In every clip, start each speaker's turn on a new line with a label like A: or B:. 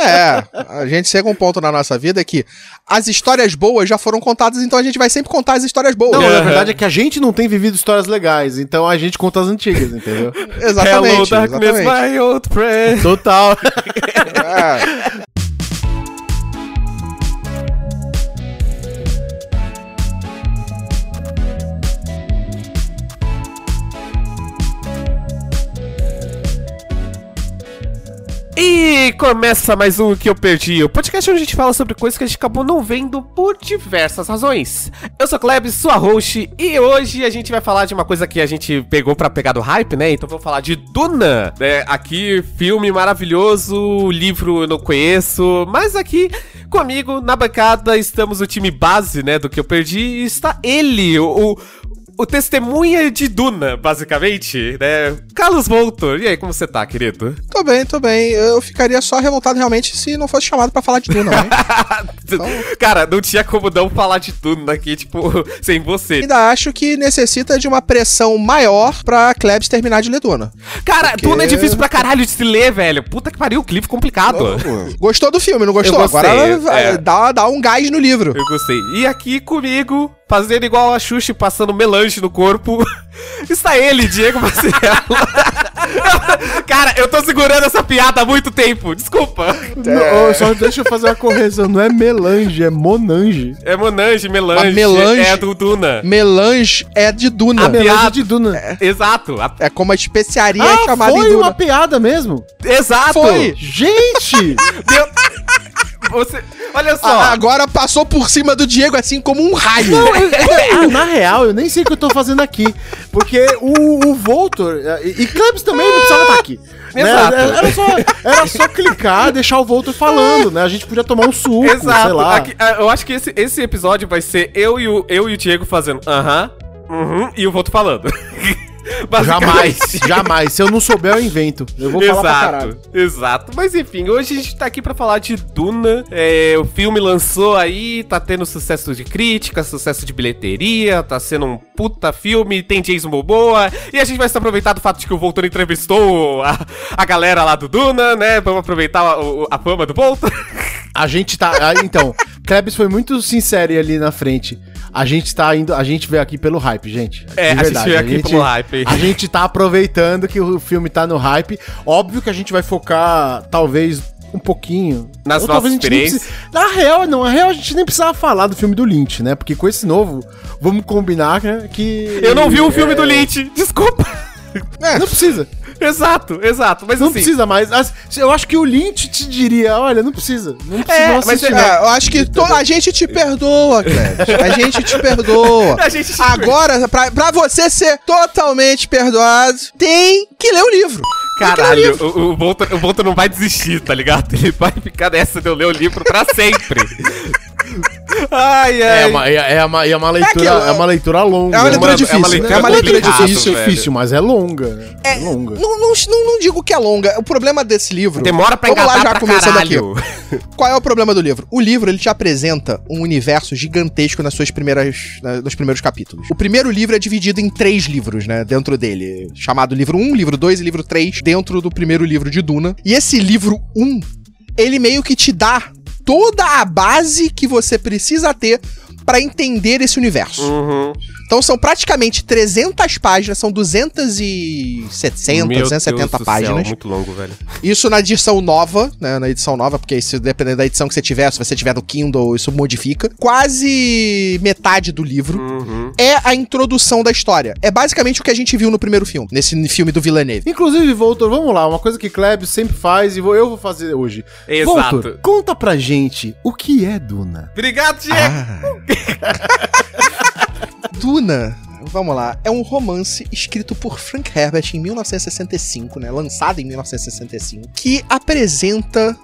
A: É, a gente chega a um ponto na nossa vida que as histórias boas já foram contadas, então a gente vai sempre contar as histórias boas.
B: Não, a verdade é que a gente não tem vivido histórias legais, então a gente conta as antigas, entendeu?
A: É, exatamente.
C: Hello, darkness,
A: exatamente.
C: my old friend.
B: Total.
A: É.
C: E começa mais um que eu perdi. O podcast onde a gente fala sobre coisas que a gente acabou não vendo por diversas razões. Eu sou Klebs, sua host, e hoje a gente vai falar de uma coisa que a gente pegou pra pegar do hype, né? Então vou falar de Duna, né? Aqui, filme maravilhoso, livro eu não conheço, mas aqui comigo na bancada estamos o time base, né, do que eu perdi, e está ele, o o testemunha de Duna, basicamente, né? Carlos Voltor. E aí, como você tá, querido?
A: Tô bem, tô bem. Eu ficaria só revoltado realmente se não fosse chamado pra falar de Duna, né? hein?
C: Então, Cara, não tinha como não falar de Duna aqui, tipo, sem você.
A: Ainda acho que necessita de uma pressão maior pra Klebs terminar de ler Duna.
C: Cara,
A: Porque-
C: Duna é difícil pra caralho de se ler, velho. Puta que pariu, o clipe
B: Então,
C: complicado.
A: Gostou do filme, não gostou?
C: Eu gostei,
A: Agora vai-
C: é.
A: dá, dá um gás no livro.
C: Eu gostei. E aqui comigo, fazendo igual a Xuxa, e passando melange no corpo, está ele, Diego Marcelo. Cara, eu tô segurando essa piada há muito tempo, desculpa.
B: Não, ô, só deixa eu fazer uma correção. Não é melange, é monange.
C: É Monange, melange.
A: Mas melange-
C: É do Duna.
A: Melange é de Duna.
C: A minha-
B: Melange
C: Piada.
B: de Duna.
C: Exato, a-
A: É como a especiaria é
B: Ah,
A: chamada em
B: foi
A: Duna.
B: uma piada mesmo?
C: exato.
A: Foi.
B: Gente!
C: Meu- Você, olha só.
A: A- Agora passou por cima do Diego assim como um raio.
B: Ah, na real, eu nem sei o que eu tô fazendo aqui. Porque o, o Voltor eh, e, e Clubs também não precisava estar aqui. né?
C: Exato.
B: Era, era só, era só clicar, deixar o Voltor falando, né? A gente podia tomar um suco, sei
C: Exato.
B: lá.
C: Aqui- ah, eu acho que esse, esse episódio vai ser eu e o, eu e o Diego fazendo aham, uhum, e o Voto falando. Basicamente.
B: Jamais, jamais. Se eu não souber, eu invento. Eu vou falar pra caralho.
C: Exato, exato. Mas enfim, hoje a gente tá aqui pra falar de Duna. É, o filme lançou aí, tá tendo sucesso de crítica, sucesso de bilheteria, tá sendo um puta filme, tem Jason Momoa. E a gente vai se aproveitar do fato de que o Voltor entrevistou a, a galera lá do Duna, né? Vamos aproveitar a, o- a fama do Voltor.
B: A gente tá. ah, Então, Klebs foi muito sincero ali na frente. A gente tá indo. A gente veio aqui pelo hype, gente. De
C: É, a gente veio aqui pelo hype.
B: A gente tá aproveitando que o filme tá no hype. Óbvio que a gente vai focar, talvez, um pouquinho.
C: Nas
B: Ou talvez
C: nossas
B: a gente nem
C: experiências.
B: precise- Na real, não. Na real, a gente nem precisava falar do filme do Lynch, né? Porque com esse novo, vamos combinar né, que.
C: Eu não vi o filme
B: é,
C: do Lynch, desculpa.
B: Não precisa.
C: Exato, exato. Mas
B: Não
C: assim.
B: precisa mais. As- Eu acho que o Lynch te diria: olha, não precisa. Não precisa.
C: É,
B: não
C: mas
B: assiste,
C: é-
B: não.
A: É, eu acho que to- a gente te perdoa, Cleves. A gente te perdoa.
C: A gente te
A: Agora, pra, pra você ser totalmente perdoado, tem que ler o livro.
C: Caralho, o, o, Volta, o Volta não vai desistir, tá ligado? Ele vai ficar nessa de eu ler o livro pra sempre. ai, ai.
B: É uma, é, é uma, é uma leitura,
A: aquilo,
B: é uma leitura longa.
A: é uma leitura
B: né?
A: difícil,
B: É uma leitura,
C: né?
B: é uma leitura
C: complicado,
B: difícil,
C: velho.
B: difícil, mas é longa. né? É, longa.
A: Não, não, não, não digo que é longa. O problema desse livro.
C: Demora pra
A: Vamos lá,
C: engatar
A: já
C: pra
A: começando
C: caralho.
A: Qual é o problema do livro? O livro ele te apresenta um universo gigantesco nas suas primeiras, na- nos primeiros capítulos. O primeiro livro é dividido em três livros, né, dentro dele, chamado livro 1, livro 2 e livro 3, dentro do primeiro livro de Duna. E esse livro 1, ele meio que te dá toda a base que você precisa ter pra entender esse universo.
C: Uhum.
A: Então são praticamente 300 páginas, são 260,
C: Meu
A: 270
C: Deus do
A: páginas.
C: Céu, muito longo, velho.
A: Isso na edição nova, né? Na edição nova, porque isso dependendo da edição que você tiver, se você tiver no Kindle, isso modifica. Quase metade do livro
C: Uhum.
A: é a introdução da história. É basicamente o que a gente viu no primeiro filme, nesse filme do Villeneuve.
B: Inclusive, Voltor, vamos lá, uma coisa que Klebs sempre faz e vou- eu vou fazer hoje.
C: Exato.
B: Voltor, conta pra gente o que é Duna.
C: Obrigado, Diego.
A: Duna. Vamos lá, é um romance escrito por Frank Herbert em 1965, né? Lançado em 1965, que apresenta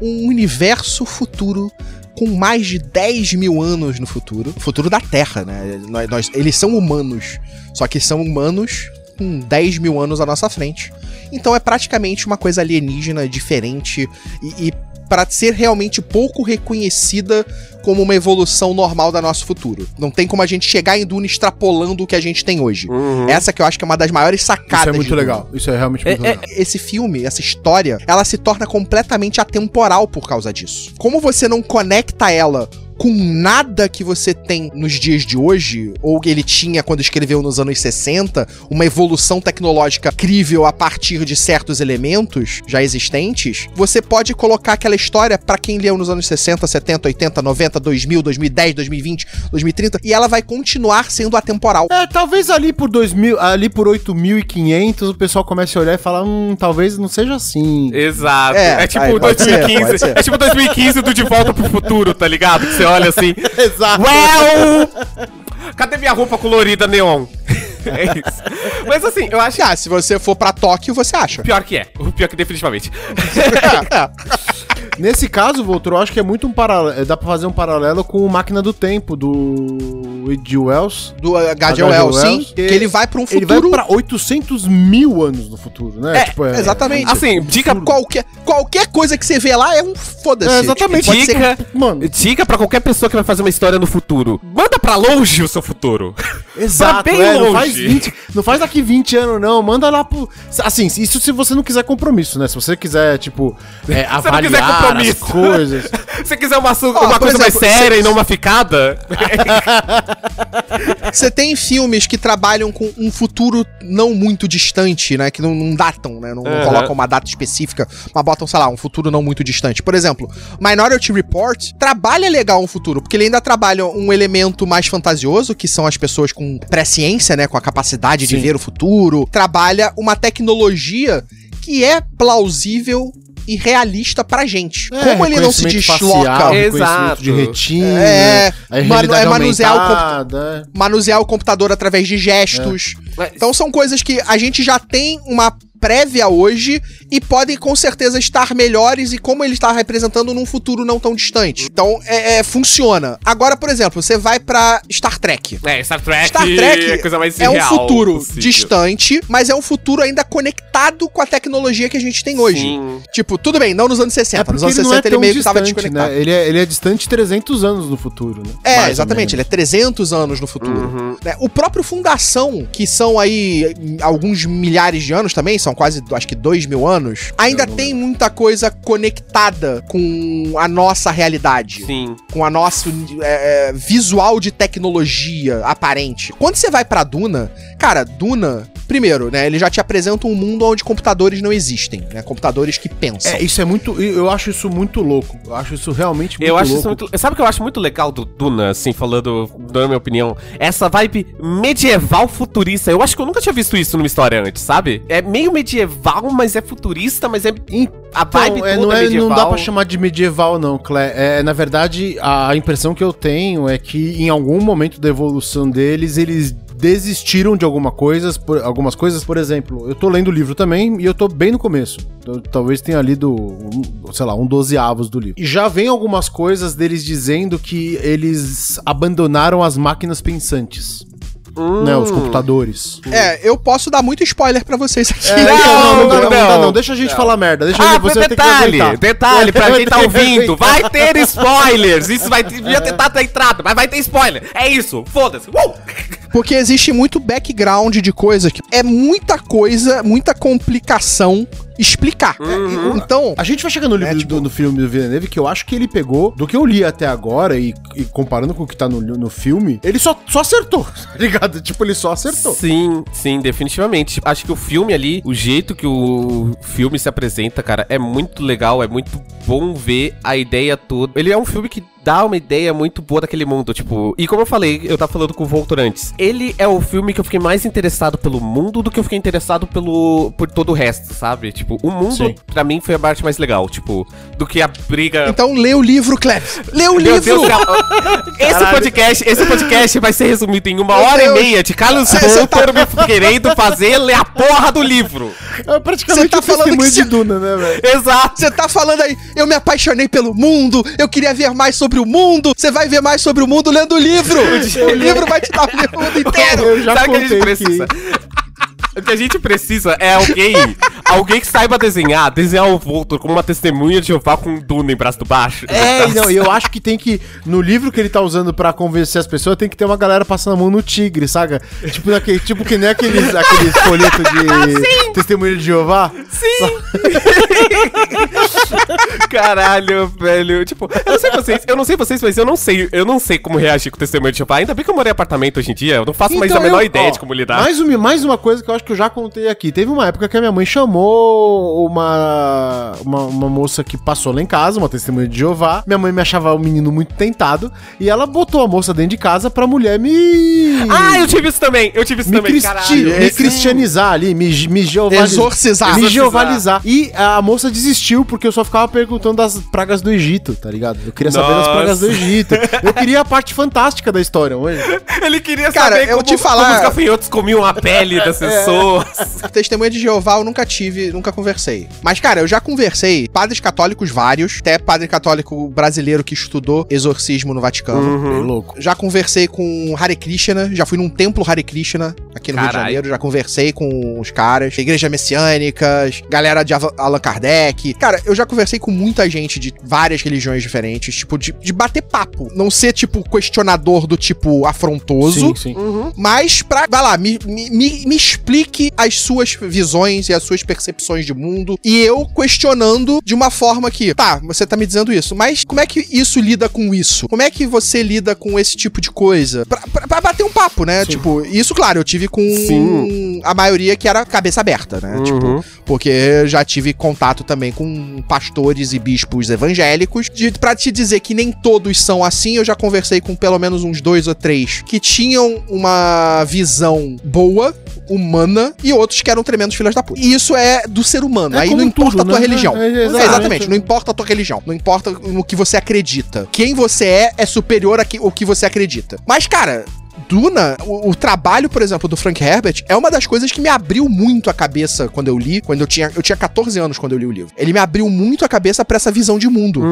A: um universo futuro com mais de 10 mil anos no futuro. Futuro da Terra, né? Nós, nós- eles são humanos, só que são humanos com 10 mil anos à nossa frente. Então é praticamente uma coisa alienígena, diferente e, e para ser realmente pouco reconhecida como uma evolução normal da nosso futuro. Não tem como a gente chegar em Duna extrapolando o que a gente tem hoje.
C: Uhum.
A: Essa que eu acho que Ah. é uma das maiores sacadas.
B: Isso é
A: de
B: muito
A: Duna.
B: legal. Isso é realmente muito
C: É- é-
B: legal.
A: Esse filme, essa história, ela se torna completamente atemporal por causa disso. Como você não conecta ela com nada que você tem nos dias de hoje, ou que ele tinha quando escreveu nos anos 60, uma evolução tecnológica crível a partir de certos elementos já existentes, você pode colocar aquela história pra quem leu nos anos 60, 70, 80, 90, 2000, 2010, 2020, 2030, e ela vai continuar sendo atemporal.
B: É, talvez ali por 2000, ali por 8.500 o pessoal comece a olhar e falar, hum, talvez não seja assim.
C: Exato.
A: É,
C: É, tipo
A: vai, pode ser,
C: 2015.
A: pode ser.
C: é tipo 2015 do De Volta pro Futuro, tá ligado? Que você olha assim.
B: Exato.
C: Well! Cadê minha roupa colorida neon? É isso. Mas assim, eu acho que.
A: Ah, se você for pra Tóquio, você acha. Ah,
C: Pior que é. O pior que definitivamente.
B: Nesse caso, Voltor, eu acho que é muito um paralelo, dá pra fazer um paralelo com o Máquina do Tempo do Ed Wells.
A: do eh,
B: H.G.
A: Gadiel
B: Wells,
A: sim, que
B: que
A: ele vai pra um futuro.
B: Ele vai pra 800 mil anos no futuro, né?
C: É,
A: exatamente.
C: Assim, dica.
A: Qualquer, qualquer coisa que você vê lá é um foda-se.
B: um É, exatamente.
A: Tipo, pode ser-
C: Dica.
B: Mano,
C: Dica pra qualquer pessoa que vai fazer uma história no futuro. Manda pra longe o seu futuro.
B: exato,
C: bem
B: é,
C: longe.
B: Não, faz 20, não faz daqui 20 anos, não. Manda lá pro. Assim, isso se você não quiser compromisso, né? Se você quiser, tipo, é,
C: quiser
B: avaliar as
C: compromisso.
B: coisas.
C: Se você quiser uma, su-
A: Ó,
C: uma
A: por
C: coisa mais
A: exemplo,
C: séria
A: se-
C: e não uma ficada.
A: Você tem filmes que trabalham com um futuro não muito distante, né? Que não, não datam, né? Não, não
C: Aham.
A: colocam uma data específica, mas botam, sei lá, um futuro não muito distante. Por exemplo, Minority Report trabalha legal um futuro, porque ele ainda trabalha um elemento mais fantasioso, que são as pessoas com presciência, né? Com a capacidade de
B: Sim.
A: ver o futuro. Trabalha uma tecnologia que é plausível e realista pra gente. Como ele não se
B: reconhecimento
A: desloca.
B: É, facial,
C: Exato.
B: reconhecimento de retina.
A: É,
B: a
A: manu- é
B: realidade
A: manusear o
B: aumentada. é.
A: manusear o computador através de gestos.
C: Mas-
A: Então são coisas que a gente já tem uma prévia hoje e podem com certeza estar melhores e como ele está representando num futuro não tão distante. Então é, é, funciona. Agora, por exemplo, você vai pra Star Trek.
C: É, Star Trek,
A: Star Trek
C: é a coisa mais
A: É um
C: real
A: futuro
C: possível.
A: distante, mas é um futuro ainda conectado com a tecnologia que a gente tem hoje.
C: Sim.
A: Tipo, tudo bem, não nos anos 60.
B: É porque
A: tá, nos anos
B: ele não
A: 60
B: é
A: ele
B: tão
A: meio que tava
B: distante,
A: desconectado.
B: né? Ele é, ele é distante 300 anos no futuro, né?
A: É,
B: Mais ou
A: exatamente, ele é
B: menos.
A: 300 anos no futuro.
C: Uhum.
A: né? O próprio Fundação, que são aí eh, alguns milhares de anos também, são quase, acho que dois mil anos, ainda
B: Eu não
A: tem muita coisa conectada com a nossa realidade,
C: Sim.
A: com a nosso eh, eh, visual de tecnologia aparente. Quando você vai pra Duna, cara, Duna, primeiro, né, ele já te apresenta um mundo onde computadores não existem, né, computadores que pensam.
B: É, isso é muito. Eu acho isso muito louco. Eu acho isso realmente muito
C: Eu acho
B: louco.
C: isso muito. Sabe o que eu acho muito legal do Duna, assim, falando, dando a minha opinião? Essa vibe medieval futurista. Eu acho que eu nunca tinha visto isso numa história antes, sabe? É meio medieval, mas é futurista, mas é. A vibe
B: Então, é,
C: toda
B: não,
C: é,
B: é,
C: medieval.
B: não dá pra chamar de medieval, não, Clé. É, na verdade, a a impressão que eu tenho é que em algum momento da evolução deles, eles desistiram de alguma coisas, por, algumas coisas. Por exemplo, eu tô lendo o livro também e eu tô bem no começo. Eu talvez tenha lido, um, sei lá, um dozeavos do livro. E já vem algumas coisas deles dizendo que eles abandonaram as máquinas pensantes,
C: Hum.
B: né? Os computadores.
A: É, eu posso dar muito spoiler pra vocês aqui.
B: É, então, não, não, dá, não, dá,
C: não.
B: não. Deixa a gente falar merda. Deixa
C: Ah,
B: a gente, você tem que
C: detalhe,
B: aguentar. É,
C: detalhe, pra quem tá
B: Tem que
C: ouvindo,
B: aguentar.
C: vai ter spoilers. Isso vai ter, ia tentar ter entrado, mas vai ter spoiler. É isso, foda-se. Uh!
A: Porque existe muito background de coisas que é muita coisa, muita complicação explicar.
C: Uhum.
A: É, Então,
B: A gente vai chegar no livro
A: É, tipo-
B: do, no filme do Villeneuve, que eu acho que ele pegou, do que eu li até agora, e, e comparando com o que tá no, no filme, ele só, só acertou, tá ligado? Tipo, ele só acertou.
C: Sim, sim, definitivamente. Acho que o filme ali, o jeito que o filme se apresenta, cara, é muito legal, é muito bom ver a ideia toda. Ele é um filme que dá uma ideia muito boa daquele mundo, tipo... E como eu falei, eu tava falando com o Voltor antes, ele é o filme que eu fiquei mais interessado pelo mundo do que eu fiquei interessado pelo... por todo o resto, sabe? Tipo, o mundo,
B: Sim.
C: pra mim, foi a parte mais legal, tipo, do que a briga...
A: então lê o livro, Klebs. Lê o
C: Meu
A: livro!
C: Deus, cara. esse podcast, esse podcast vai ser resumido em uma
A: Meu
C: hora
A: Deus.
C: e meia de Carlos
A: Cê- cê
C: Voltor me querendo fazer ler a porra do livro.
B: É praticamente
A: Você tá
B: um
A: falando
B: testemunho
A: que você-
B: de Duna, né, velho?
C: Exato.
A: Você tá falando aí, eu me apaixonei pelo mundo, eu queria ver mais sobre o mundo. Você vai ver mais sobre o mundo lendo o livro. o livro vai te dar o mundo inteiro.
B: Eu já
C: Sabe o que a
B: contei
C: gente precisa? O que a gente precisa é alguém, alguém que saiba desenhar, desenhar o Voltor como uma testemunha de Jeová com um Duna em braço do baixo.
B: É, e não, e eu acho que tem que. No livro que ele tá usando pra convencer as pessoas, tem que ter uma galera passando a mão no tigre, saca? Tipo, naquele, tipo que nem aqueles, aqueles folhetos
C: Ah,
B: de testemunho de Jeová.
C: Caralho, velho. Tipo, eu não sei vocês, eu não sei vocês, mas eu não sei, eu não sei como reagir com o testemunho de Jeová. Ainda bem que eu morei em apartamento hoje em dia, eu não faço mais a
B: Então
C: menor
B: eu-
C: ideia
B: ó,
C: de como lidar.
B: Mais uma, mais uma coisa que eu acho que eu já contei aqui. Teve uma época que a minha mãe chamou uma, uma, uma moça que passou lá em casa, uma testemunha de Jeová. Minha mãe me achava um menino muito tentado. E ela botou a moça dentro de casa pra mulher me.
C: Ah, eu tive isso também, eu tive isso
B: me,
C: também, é
B: cristi- me
C: um
A: esse-
B: cristianizar ali, me, me jeovalizar.
A: Exorcizar.
B: Me jeovalizar. E a moça desistiu porque eu só ficava perguntando das pragas do Egito, tá ligado? Eu queria saber das
C: Nossa.
B: pragas do Egito. Eu queria a parte fantástica da história hoje.
C: Ele queria
A: Cara,
C: saber
A: eu
C: como,
A: te falar- É.
C: como os gafanhotos comiam a pele das pessoas.
A: Tipo, Testemunha de Jeová eu nunca tive, nunca conversei. Mas, cara, eu já conversei padres católicos vários, até padre católico brasileiro que estudou exorcismo no Vaticano.
B: Bem louco.
A: Já conversei com Hare Krishna, já fui num templo Hare Krishna aqui no Rio
C: Caralho.
A: de Janeiro, já conversei com os caras, igreja messiânicas, galera de Ava- Allan Kardec. Cara, eu já conversei com muita gente de várias religiões diferentes, tipo, de, de bater papo. Não ser, tipo, questionador do tipo afrontoso,
B: sim.
A: mas pra. Vai lá, me, me, me- me explique as suas visões e as suas percepções de mundo. E eu questionando de uma forma que. Tá, você tá me dizendo isso, mas como é que isso lida com isso? Como é que você lida com esse tipo de coisa? Pra, pra- pra bater um papo, né? Tipo, isso, claro, eu tive com
C: Sim.
A: a maioria que era cabeça aberta, né? Tipo, porque eu já tive contato também com pastores e bispos evangélicos. De, pra te dizer que nem todos são assim, eu já conversei com pelo menos uns dois ou três que tinham uma visão boa, humana, e outros que eram tremendos filhos da puta. E isso é do ser humano.
B: É
A: Aí
B: como
A: não importa
B: tudo,
A: a tua
B: né?
A: religião.
B: É,
A: É, exatamente.
B: exatamente.
A: Não importa a tua religião. Não importa no que você acredita. Quem você é é superior ao que você acredita. Mas, cara, Duna, o, o trabalho, por exemplo, do Frank Herbert é uma das coisas que me abriu muito a cabeça quando eu li, quando eu tinha, eu tinha 14 anos quando eu li o livro. Ele me abriu muito a cabeça pra essa visão de mundo,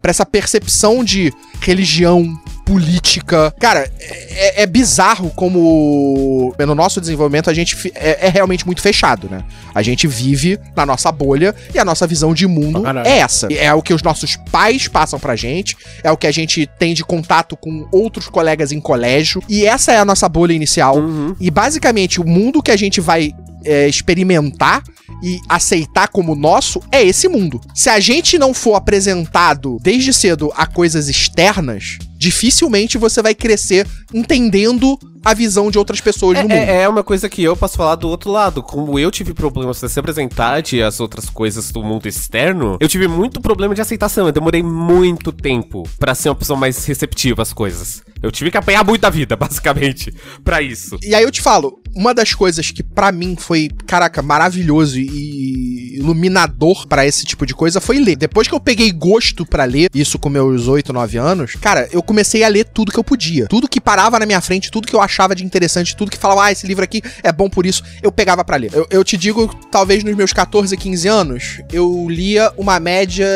A: Pra essa percepção de religião, política. Cara, é, é bizarro como no nosso desenvolvimento a gente fi- é, é realmente muito fechado, né? A gente vive na nossa bolha e a nossa visão de mundo
B: Pra caralho.
A: é essa. E É o que os nossos pais passam pra gente, é o que a gente tem de contato com outros colegas em colégio, e essa é a nossa bolha inicial. E basicamente o mundo que a gente vai é, experimentar e aceitar como nosso é esse mundo. Se a gente não for apresentado desde cedo a coisas externas, dificilmente você vai crescer entendendo a visão de outras pessoas no
C: É,
A: mundo.
C: é- é uma coisa que eu posso falar do outro lado. Como eu tive problemas de se apresentar de as outras coisas do mundo externo, eu tive muito problema de aceitação. Eu demorei muito tempo pra ser uma pessoa mais receptiva às coisas. Eu tive que apanhar muito da vida, basicamente, pra isso.
A: E aí eu te falo, uma das coisas que pra mim foi, caraca, maravilhoso e iluminador pra esse tipo de coisa foi ler. Depois que eu peguei gosto pra ler, isso com meus 8, 9 anos, cara, eu comecei a ler tudo que eu podia. Tudo que parava na minha frente, tudo que eu achava de interessante, tudo que falava, ah, esse livro aqui é bom por isso, eu pegava pra ler. Eu, eu te digo, talvez nos meus 14, 15 anos, eu lia uma média,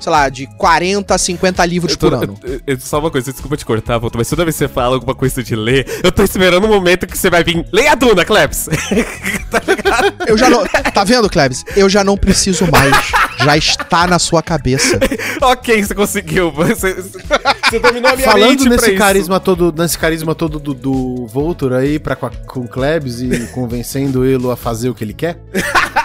A: sei lá, de 40 a 50 livros
C: Eu tô-
A: por ano.
C: eu- eu- só uma coisa, desculpa te cortar, Volta, mas toda vez que você fala alguma coisa de ler, eu tô esperando o momento que você vai vir. Leia a Duna, Kleps!
A: Eu já não. Tá vendo, Klebs? Eu já não preciso mais. Já está na sua cabeça.
C: ok, você conseguiu. Você, você dominou a minha
B: Falando
C: mente pra
B: nesse
C: isso.
B: carisma todo, nesse carisma todo do, do Voltor aí para com, a- com o Klebs e convencendo ele a fazer o que ele quer.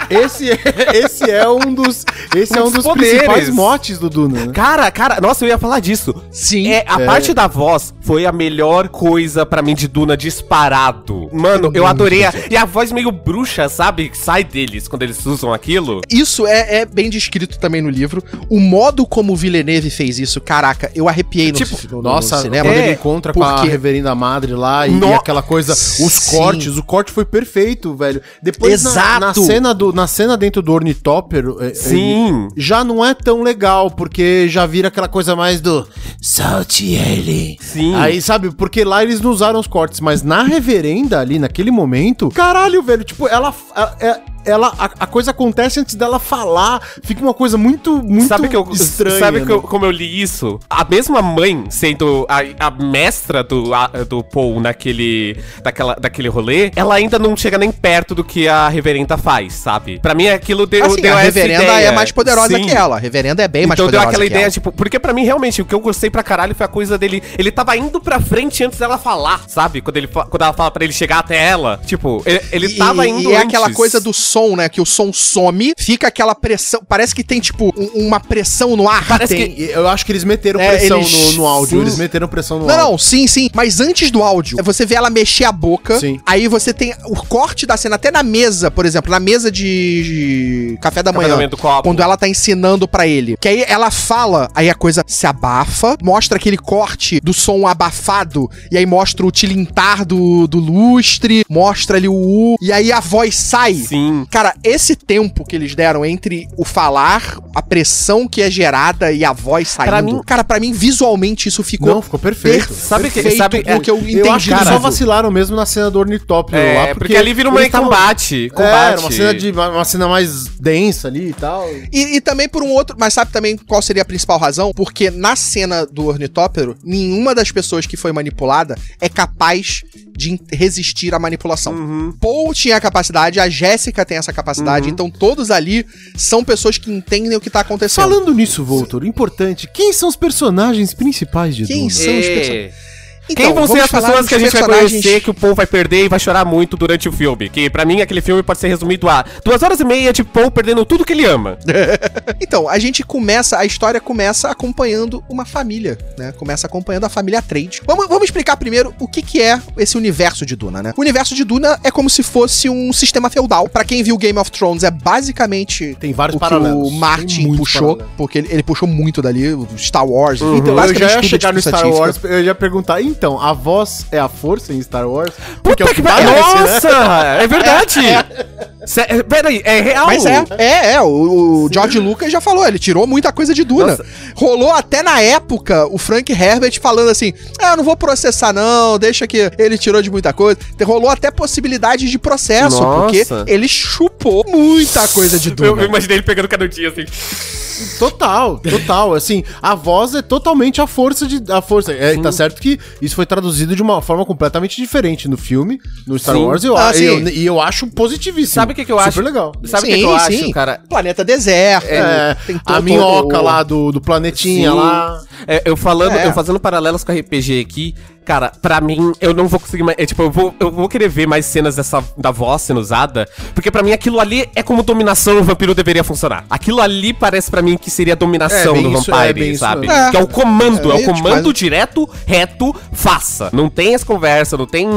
B: Esse é, esse é um dos, esse é um
C: Um dos
B: dos principais
C: poderes.
B: motes do Duna. Né?
C: Cara, cara, nossa, eu ia falar disso.
A: Sim.
C: É, a
B: É.
C: parte da voz foi a melhor coisa pra mim de Duna disparado. Mano, eu adorei. A, e a voz meio bruxa, sabe? Que sai deles quando eles usam aquilo.
A: Isso é, é bem descrito também no livro. O modo como o Villeneuve fez isso, caraca, eu arrepiei no,
C: Tipo,
A: ci- no- no
B: Nossa,
A: cinema.
B: quando
C: é,
B: ele encontra com a
A: porque-
B: reverenda madre lá e,
C: No-
B: e aquela coisa, os
A: Sim.
B: cortes, o corte foi perfeito, velho. Depois na- Na,
A: Exato.
B: cena do, na cena dentro do ornitópero, eh, ele-
C: Sim.
B: já não é tão legal, porque já vira aquela coisa mais do solte ele.
C: Sim.
B: Aí, sabe, porque lá eles não usaram os cortes, mas na reverenda ali, naquele momento, caralho, velho, tipo, ela. ela- é- ela a, a coisa acontece antes dela falar, fica uma coisa muito muito
C: sabe que eu,
B: estranha.
C: sabe que eu-
B: né?
C: como eu li isso? A mesma mãe sendo a, a mestra do, a- do Paul naquele, daquela, daquele rolê, ela ainda não chega nem perto do que a reverenda faz, sabe? Pra mim aquilo deu,
A: Assim,
C: deu
A: a
C: essa
A: reverenda
C: ideia.
A: é mais poderosa
C: Sim.
A: que ela. A reverenda é bem mais
C: então deu
A: poderosa
C: aquela
A: que
C: ideia,
A: ela.
C: tipo, porque pra mim realmente o que eu gostei pra caralho foi a coisa dele. Ele tava indo pra frente antes dela falar, sabe? Quando, ele, fa- quando ela fala pra ele chegar até ela. Tipo, ele, ele
A: E-
C: tava
A: e,
C: indo
A: é
C: antes.
A: aquela coisa do som, né? Que o som some, fica aquela pressão. Parece que tem, tipo, um- uma pressão no ar.
C: Parece
A: tem.
C: que-
B: E Eu acho que eles meteram
A: É,
B: pressão
A: eles-
B: no, no áudio.
A: sim.
B: Eles meteram pressão no
A: Não,
B: áudio.
A: não, sim, sim. Mas antes do áudio, é você vê ela mexer a boca.
B: Sim.
A: Aí você tem o corte da cena, até na mesa, por exemplo, na mesa de de café da
C: Café da
A: manhã.
C: manhã do copo.
A: Quando ela tá ensinando pra ele. Que aí ela fala, aí a coisa se abafa, mostra aquele corte do som abafado, e aí mostra o tilintar do, do lustre, mostra ali o U, e aí a voz sai.
C: Sim.
A: Cara, esse tempo que eles deram entre o falar, a pressão que é gerada e a voz saindo.
C: Pra mim-
A: cara, pra mim visualmente isso ficou
B: Não, ficou perfeito.
A: Perfeito.
C: Sabe que-
A: Perfeito
C: sabe-
A: o que eu entendi
B: Eu acho que
A: do
B: eles só
A: jogo.
B: vacilaram mesmo na cena do Ornitópio
C: É,
B: lá.
C: porque, ali vira uma
B: eles tavam-
C: combate.
B: É,
C: combate. Então,
B: era uma cena, de, uma uma cena mais densa ali e tal.
A: E, e também por um outro. Mas sabe também qual seria a principal razão? Porque na cena do ornitóptero, nenhuma das pessoas que foi manipulada é capaz de in- resistir à manipulação.
C: Uhum.
A: Paul tinha a capacidade, a Jéssica tem essa capacidade, então todos ali são pessoas que entendem o que tá acontecendo.
B: Falando nisso, Voltor, importante, quem são os personagens principais de
A: Quem
B: Duna?
A: são os personagens? Então,
C: É. Quem vão ser
A: vamos
C: as
A: falar
C: pessoas
A: dos
C: que a gente vai
A: personagens-
C: conhecer, que o povo vai perder e vai chorar muito durante o filme? Que pra mim aquele filme pode ser resumido a duas horas e meia de Paul perdendo tudo que ele ama.
A: Então, a gente começa, a história começa acompanhando uma família, né? Começa acompanhando a família Trade. Vamos, vamos explicar primeiro o que, que é esse universo de Duna, né? O universo de Duna é como se fosse um sistema feudal. Pra quem viu Game of Thrones, é basicamente
B: Tem vários
A: o que
B: paralelos.
A: o
B: Tem
A: Martin
B: muitos
A: puxou,
B: paralelos.
A: porque ele, ele puxou muito dali, o Star Wars,
B: Então, eu já ia
C: tipo,
A: tudo
B: chegar
A: de
B: no Star
A: científica.
B: Wars, eu já ia perguntar, então, a voz é a força em Star Wars? é
A: é
C: Puta que pariu!
B: parece, né?
C: Nossa! É verdade! Cê- é- Peraí, é real!
A: Mas é, é, é. O, o George Lucas já falou, ele tirou muita coisa de Duna.
C: Nossa.
A: Rolou até na época o Frank Herbert falando assim: ah, eu não vou processar, não, deixa que ele tirou de muita coisa. Te- Rolou até possibilidade de processo,
C: Nossa.
A: porque ele chupou muita coisa de
C: Eu, Tipo, eu
A: Duna.
C: imaginei ele pegando cada dia assim.
B: Total, total. Assim, a voz é totalmente a força de. A força. É, tá certo que isso foi traduzido de uma forma completamente diferente no filme, no Star
C: Sim.
B: Wars, e eu,
A: Ah,
B: eu-
A: sim.
B: e eu acho positivíssimo.
C: Sabe o que que eu acho?
B: Super legal.
C: Sabe o que, que eu acho, cara?
A: Planeta deserto,
B: É,
A: tem todo-
B: a minhoca
A: todo-
B: lá do, do planetinha
C: Sim.
B: lá.
C: É, eu falando,
A: É.
C: eu fazendo paralelos com RPG aqui, cara, pra mim, eu não vou conseguir mais. É, tipo, eu vou, eu vou querer ver mais cenas dessa, da voz sendo usada, porque pra mim aquilo ali é como dominação o vampiro deveria funcionar. Aquilo ali parece pra mim que seria a
B: É,
C: dominação
B: bem
C: do
B: isso, é,
C: vampire,
B: bem isso
C: sabe?
A: mesmo.
C: Que é o
A: É,
C: comando, é, o
A: meio tipo,
C: comando
A: mas-
C: direto, reto, faça. Não tem as conversas, não tem.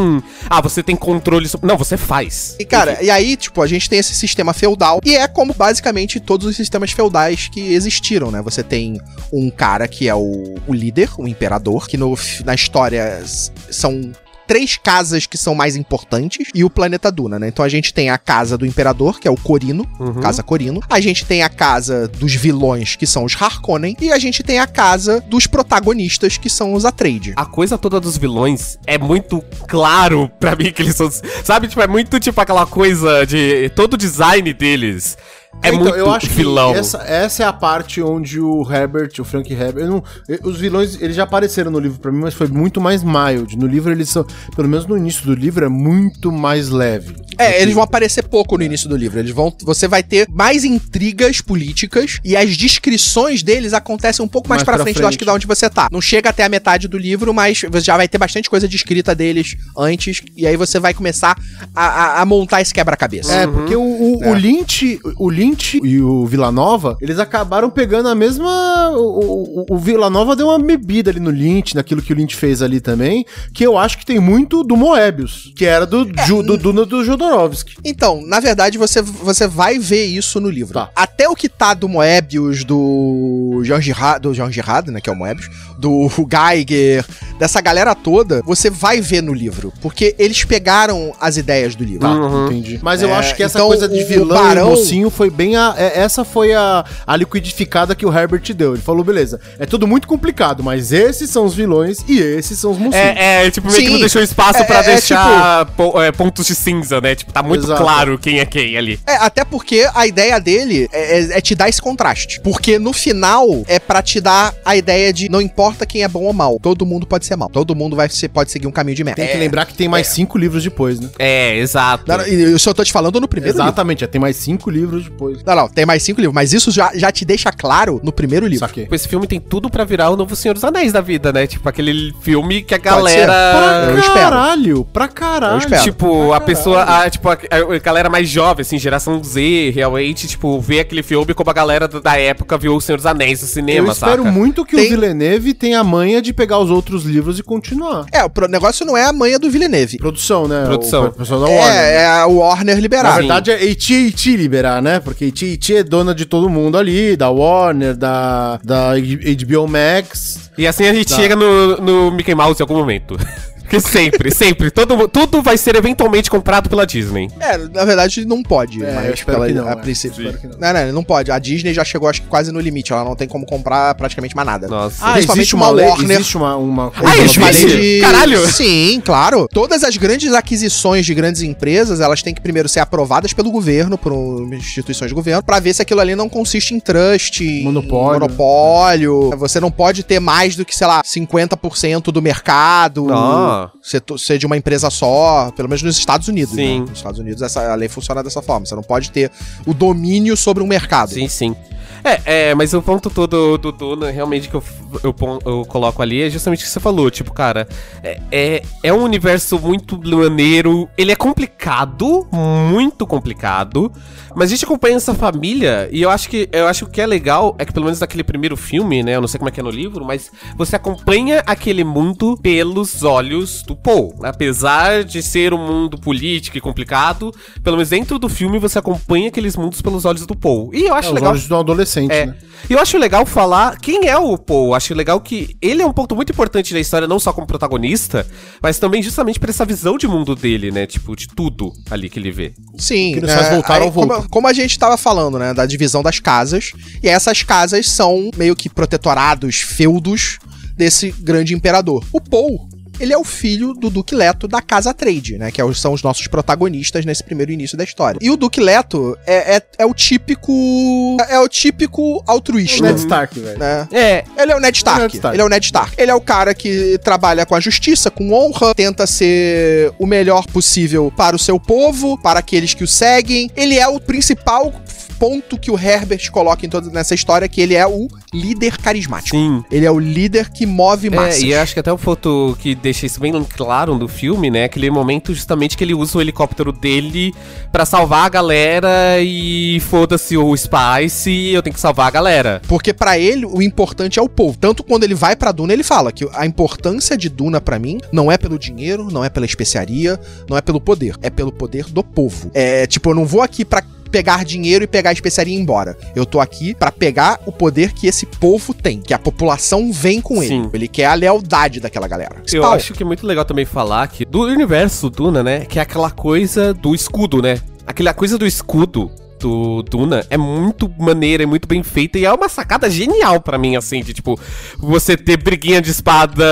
C: Ah, você tem controle sobre. Não, você faz.
A: E, cara, e aí, tipo, a gente tem esse sistema feudal, e é como basicamente todos os sistemas feudais que existiram, né? Você tem um cara que é o, o líder, o imperador, que no, f- na história s- são três casas que são mais importantes e o planeta Duna, né? Então a gente tem a casa do imperador, que é o Corino,
C: Uhum.
A: casa Corino. A gente tem a casa dos vilões, que são os Harkonnen, e a gente tem a casa dos protagonistas, que são os Atreides.
C: A coisa toda dos vilões é muito claro pra mim que eles são. Sabe, tipo, é muito tipo aquela coisa de. Todo o design deles é
B: Então,
C: muito vilão.
B: Que essa, essa é a parte onde o Herbert, o Frank Herbert. eu não- eu- os vilões, eles já apareceram no livro pra mim, mas foi muito mais mild. No livro, eles são. Pelo menos no início do livro, é muito mais leve.
A: É, eles vão aparecer pouco no início do livro. Eles vão, você vai ter mais intrigas políticas e as descrições deles acontecem um pouco mais,
B: Mais
A: pra,
B: pra
A: frente, eu
B: frente.
A: acho que da onde você tá. Não chega até a metade do livro, mas você já vai ter bastante coisa descrita deles antes e aí você vai começar a, a- a montar esse quebra-cabeça.
B: É, porque o, o, o Lynch, o Lynch e o Villanova, eles acabaram pegando a mesma. O, o, o Villanova deu uma bebida ali no Lynch, naquilo que o Lynch fez ali também, que eu acho que tem muito do Moebius, que era do, Ju- do, do, do Jodorowsky.
A: Então, na verdade, você, você vai ver isso no livro.
B: Tá.
A: Até o que tá do Moebius, do Jean Girard, do Jean Girard, né, que é o Moebius, do Geiger, dessa galera toda, você vai ver no livro. Porque eles pegaram as ideias do livro.
B: Tá,
C: Uhum.
B: entendi. Mas eu
A: É,
B: acho que essa
A: então
B: coisa de
A: o- o
B: vilão
A: Barão-
B: e mocinho foi bem a. é- essa foi a, a liquidificada que o Herbert deu. Ele falou, beleza, é tudo muito complicado, mas esses são os vilões e esses são os mocinhos.
C: É, é, tipo, meio que não
A: Sim.
C: deixou espaço
A: É,
C: pra
A: é, é
C: deixar po- é, pontos de cinza, né? Tipo, tá muito
B: Exato.
C: claro quem é quem ali.
A: É, até porque a ideia dele é, é- é te dar esse contraste. Porque no final é pra te dar a ideia de não importa quem é bom ou mal, todo mundo pode ser mal. Todo mundo vai ser, pode seguir um caminho de merda.
B: Tem que lembrar que tem
A: é.
B: mais cinco livros depois, né?
C: É, exato.
A: Não, não, e eu só tô te falando no primeiro livro.
B: Exatamente, é, tem mais cinco livros depois.
A: Não, não, tem mais cinco livros, mas isso já, já te deixa claro no primeiro livro.
B: Saquei.
C: Tipo, Esse filme tem tudo pra virar o novo Senhor dos Anéis da vida, né? Tipo, aquele filme que a
A: ser.
C: galera.
A: Ah, Eu espero.
B: caralho, pra caralho.
A: Eu espero.
C: Tipo, a
B: Caralho.
C: pessoa, a, tipo, a, a galera mais jovem, assim, geração Z, realmente, tipo, vê aquele filme como a galera da- da época viu o Senhor dos Anéis no
B: Eu
C: cinema,
B: espero
C: saca?
B: muito que
A: Tem-
B: o Villeneuve tenha a manha de pegar os outros livros e continuar.
A: É, o pro- negócio não é a manha do Villeneuve.
B: Produção, né?
C: Produção.
B: O pessoal da Warner. né?
A: É, é a Warner
B: Na
A: liberar.
B: verdade é AT&T liberar, né? Porque AT&T é dona de todo mundo ali, da Warner, da, da HBO Max.
C: E assim a gente
B: Tá.
C: chega no, no Mickey Mouse em algum momento. Porque sempre, sempre, todo, mu- tudo vai ser eventualmente comprado pela Disney.
A: É, na verdade não pode,
B: É, eu
A: mas
B: espero
A: pela,
B: que não,
A: a
B: é.
A: princípio.
B: Espero que não.
A: Não, não, não pode. A Disney já chegou acho que quase no limite, ela não tem como comprar praticamente mais nada.
C: Nossa.
A: Ah, Principalmente uma Warner.
B: Existe uma... uma
C: Ah,
A: Eu
C: existe?
A: falei
C: Caralho!
A: Sim, claro. Todas as grandes aquisições de grandes empresas, elas têm que primeiro ser aprovadas pelo governo, por um- instituições de governo, pra ver se aquilo ali não consiste em trust, em
B: Monopólio.
A: monopólio. Você não pode ter mais do que, sei lá, 50% do mercado.
C: Ah.
B: uh.
A: Ser, to- ser de uma empresa só, pelo menos nos Estados Unidos. né?
C: Sim.
A: Nos Estados Unidos essa, a lei funciona dessa forma. Você não pode ter o domínio sobre um mercado.
C: Sim, sim. É, é, mas o ponto todo do Duna, realmente, que eu, eu, pon- eu coloco ali é justamente o que você falou. Tipo, cara, é, é, é um universo muito maneiro. Ele é complicado, muito complicado. Mas a gente acompanha essa família e eu acho que eu acho que o que é legal é que, pelo menos naquele primeiro filme, né? Eu não sei como é que é no livro, mas você acompanha aquele mundo pelos olhos do Paul. Apesar de ser um mundo político e complicado, pelo menos dentro do filme você acompanha aqueles mundos pelos olhos do Paul. E eu acho
B: É, os
C: legal
B: olhos de um adolescente,
C: é.
B: né?
C: E eu acho legal falar quem é o Paul. Acho legal que ele é um ponto muito importante da história, não só como protagonista, mas também justamente pra essa visão de mundo dele, né? Tipo, de tudo ali que ele vê.
A: Sim. é,
B: O que nos faz voltar ao
A: como-
B: vulto.
A: Como a gente tava falando, né? Da divisão das casas. E essas casas são meio que protetorados, feudos desse grande imperador. O Paul. Ele é o filho do Duque Leto da Casa Trade, né? Que é os- são os nossos protagonistas nesse primeiro início da história. E o Duque Leto é, é, é o típico. É o típico
B: O
A: altruísta.
B: Ned Stark, velho.
A: Né?
C: É,
A: Ele é o Ned Stark. Ele
B: Ele é o Ned Stark.
A: é o Ned Stark. Ele é o cara que trabalha com a justiça, com honra, tenta ser o melhor possível para o seu povo, para aqueles que o seguem. Ele é o principal ponto que o Herbert coloca em toda nessa história, que ele é o líder carismático.
C: sim.
A: Ele é o líder que move massas.
C: É, e eu acho que até o foto que deixa isso bem claro no filme, né? Aquele momento justamente que ele usa o helicóptero dele pra salvar a galera e foda-se o Spice, eu tenho que salvar a galera.
A: Porque pra ele o importante é o povo. Tanto quando ele vai pra Duna, ele fala que a importância de Duna pra mim não é pelo dinheiro, não é pela especiaria, não é pelo poder, é pelo poder do povo. É, tipo, eu não vou aqui pra pegar dinheiro e pegar a especiaria e ir embora. Eu tô aqui pra pegar o poder que esse povo tem, que a população vem com ele.
C: Sim.
A: Ele quer a lealdade daquela galera.
C: Eu
A: Spawn.
C: acho que é muito legal também falar que do universo Duna, né? Que é aquela coisa do escudo, né? Aquela coisa do escudo do Duna é muito maneira, é muito bem feita e é uma sacada genial pra mim, assim, de tipo, você ter briguinha de espada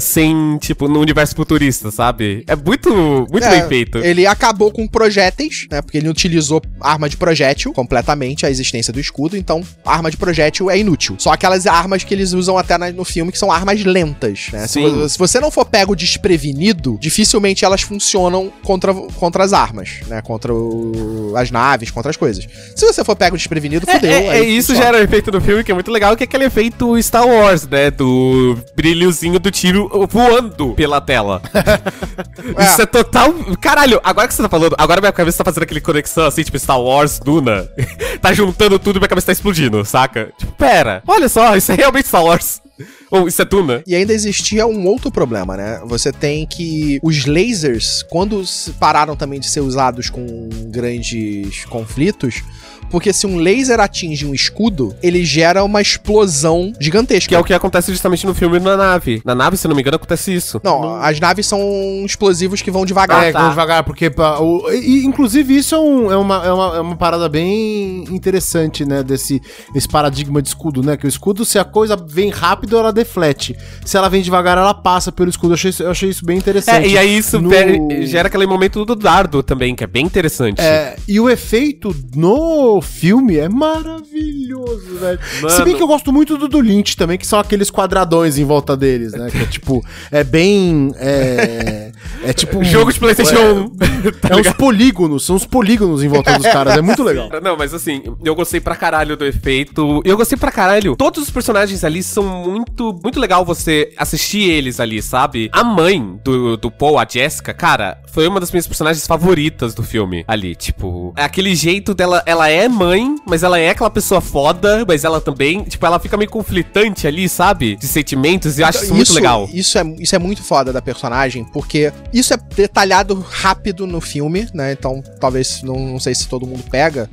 C: sem, tipo, no universo futurista, sabe? É muito, muito
A: É,
C: bem feito.
A: Ele acabou com projéteis, né? Porque ele utilizou arma de projétil completamente, a existência do escudo, então arma de projétil é inútil. Só aquelas armas que eles usam até na- no filme, que são armas lentas, né? Se,
C: Sim.
A: vo- se você não for pego desprevenido, dificilmente elas funcionam contra, contra as armas, né? Contra o- as naves, contra as coisas. Se você for pego desprevenido, fodeu.
C: É, é,
A: aí
C: é, isso
A: funciona.
C: já era o efeito do filme, que é muito legal, que é aquele efeito Star Wars, né? Do brilhozinho do tiro voando pela tela. Isso é total. Caralho, agora que você tá falando, agora minha cabeça tá fazendo aquele conexão assim, tipo Star Wars, Duna. tá juntando tudo e minha cabeça tá explodindo, saca? Tipo, pera, olha só, isso é realmente Star Wars. Ou isso é Duna?
A: E ainda existia um outro problema, né? Você tem que os lasers, quando se- pararam também de ser usados com grandes conflitos, Porque se um laser atinge um escudo, ele gera uma explosão gigantesca.
C: Que é o que acontece justamente no filme na nave. Na nave, se não me engano, acontece isso.
A: Não, as naves são explosivos que vão devagar.
B: é,
C: tá.
B: vamos devagar, porque. pra- o- e, e, inclusive, isso é, um- é uma, é, uma, é uma parada bem interessante, né? Desse esse paradigma de escudo, né? Que o escudo, se a coisa vem rápido, ela deflete. Se ela vem devagar, ela passa pelo escudo. Eu achei, isso- eu achei isso bem interessante.
C: É, e aí isso
B: No-
C: pe- gera aquele momento do dardo também, que é bem interessante.
B: É, e o efeito no filme é maravilhoso, velho.
C: Mano.
B: Se bem que eu gosto muito do do Lynch também, que são aqueles quadradões em volta deles, né? Que é tipo, é bem. É, é tipo. um-
C: Jogo de PlayStation 1.
B: É uns polígonos, são uns polígonos em volta dos caras, é muito legal.
C: Não, mas assim, eu gostei pra caralho do efeito. Eu gostei pra caralho. Todos os personagens ali são muito, muito legal você assistir eles ali, sabe? A mãe do, do Paul, a Jessica, cara, foi uma das minhas personagens favoritas do filme ali. Tipo, é aquele jeito dela, ela é mãe, mas ela é aquela pessoa foda, mas ela também, tipo, ela fica meio conflitante ali, sabe? De sentimentos, e eu acho isso muito legal.
A: Isso é, isso é muito foda da personagem, porque isso é detalhado rápido no filme, né? Então, talvez, não, não sei se todo mundo pega,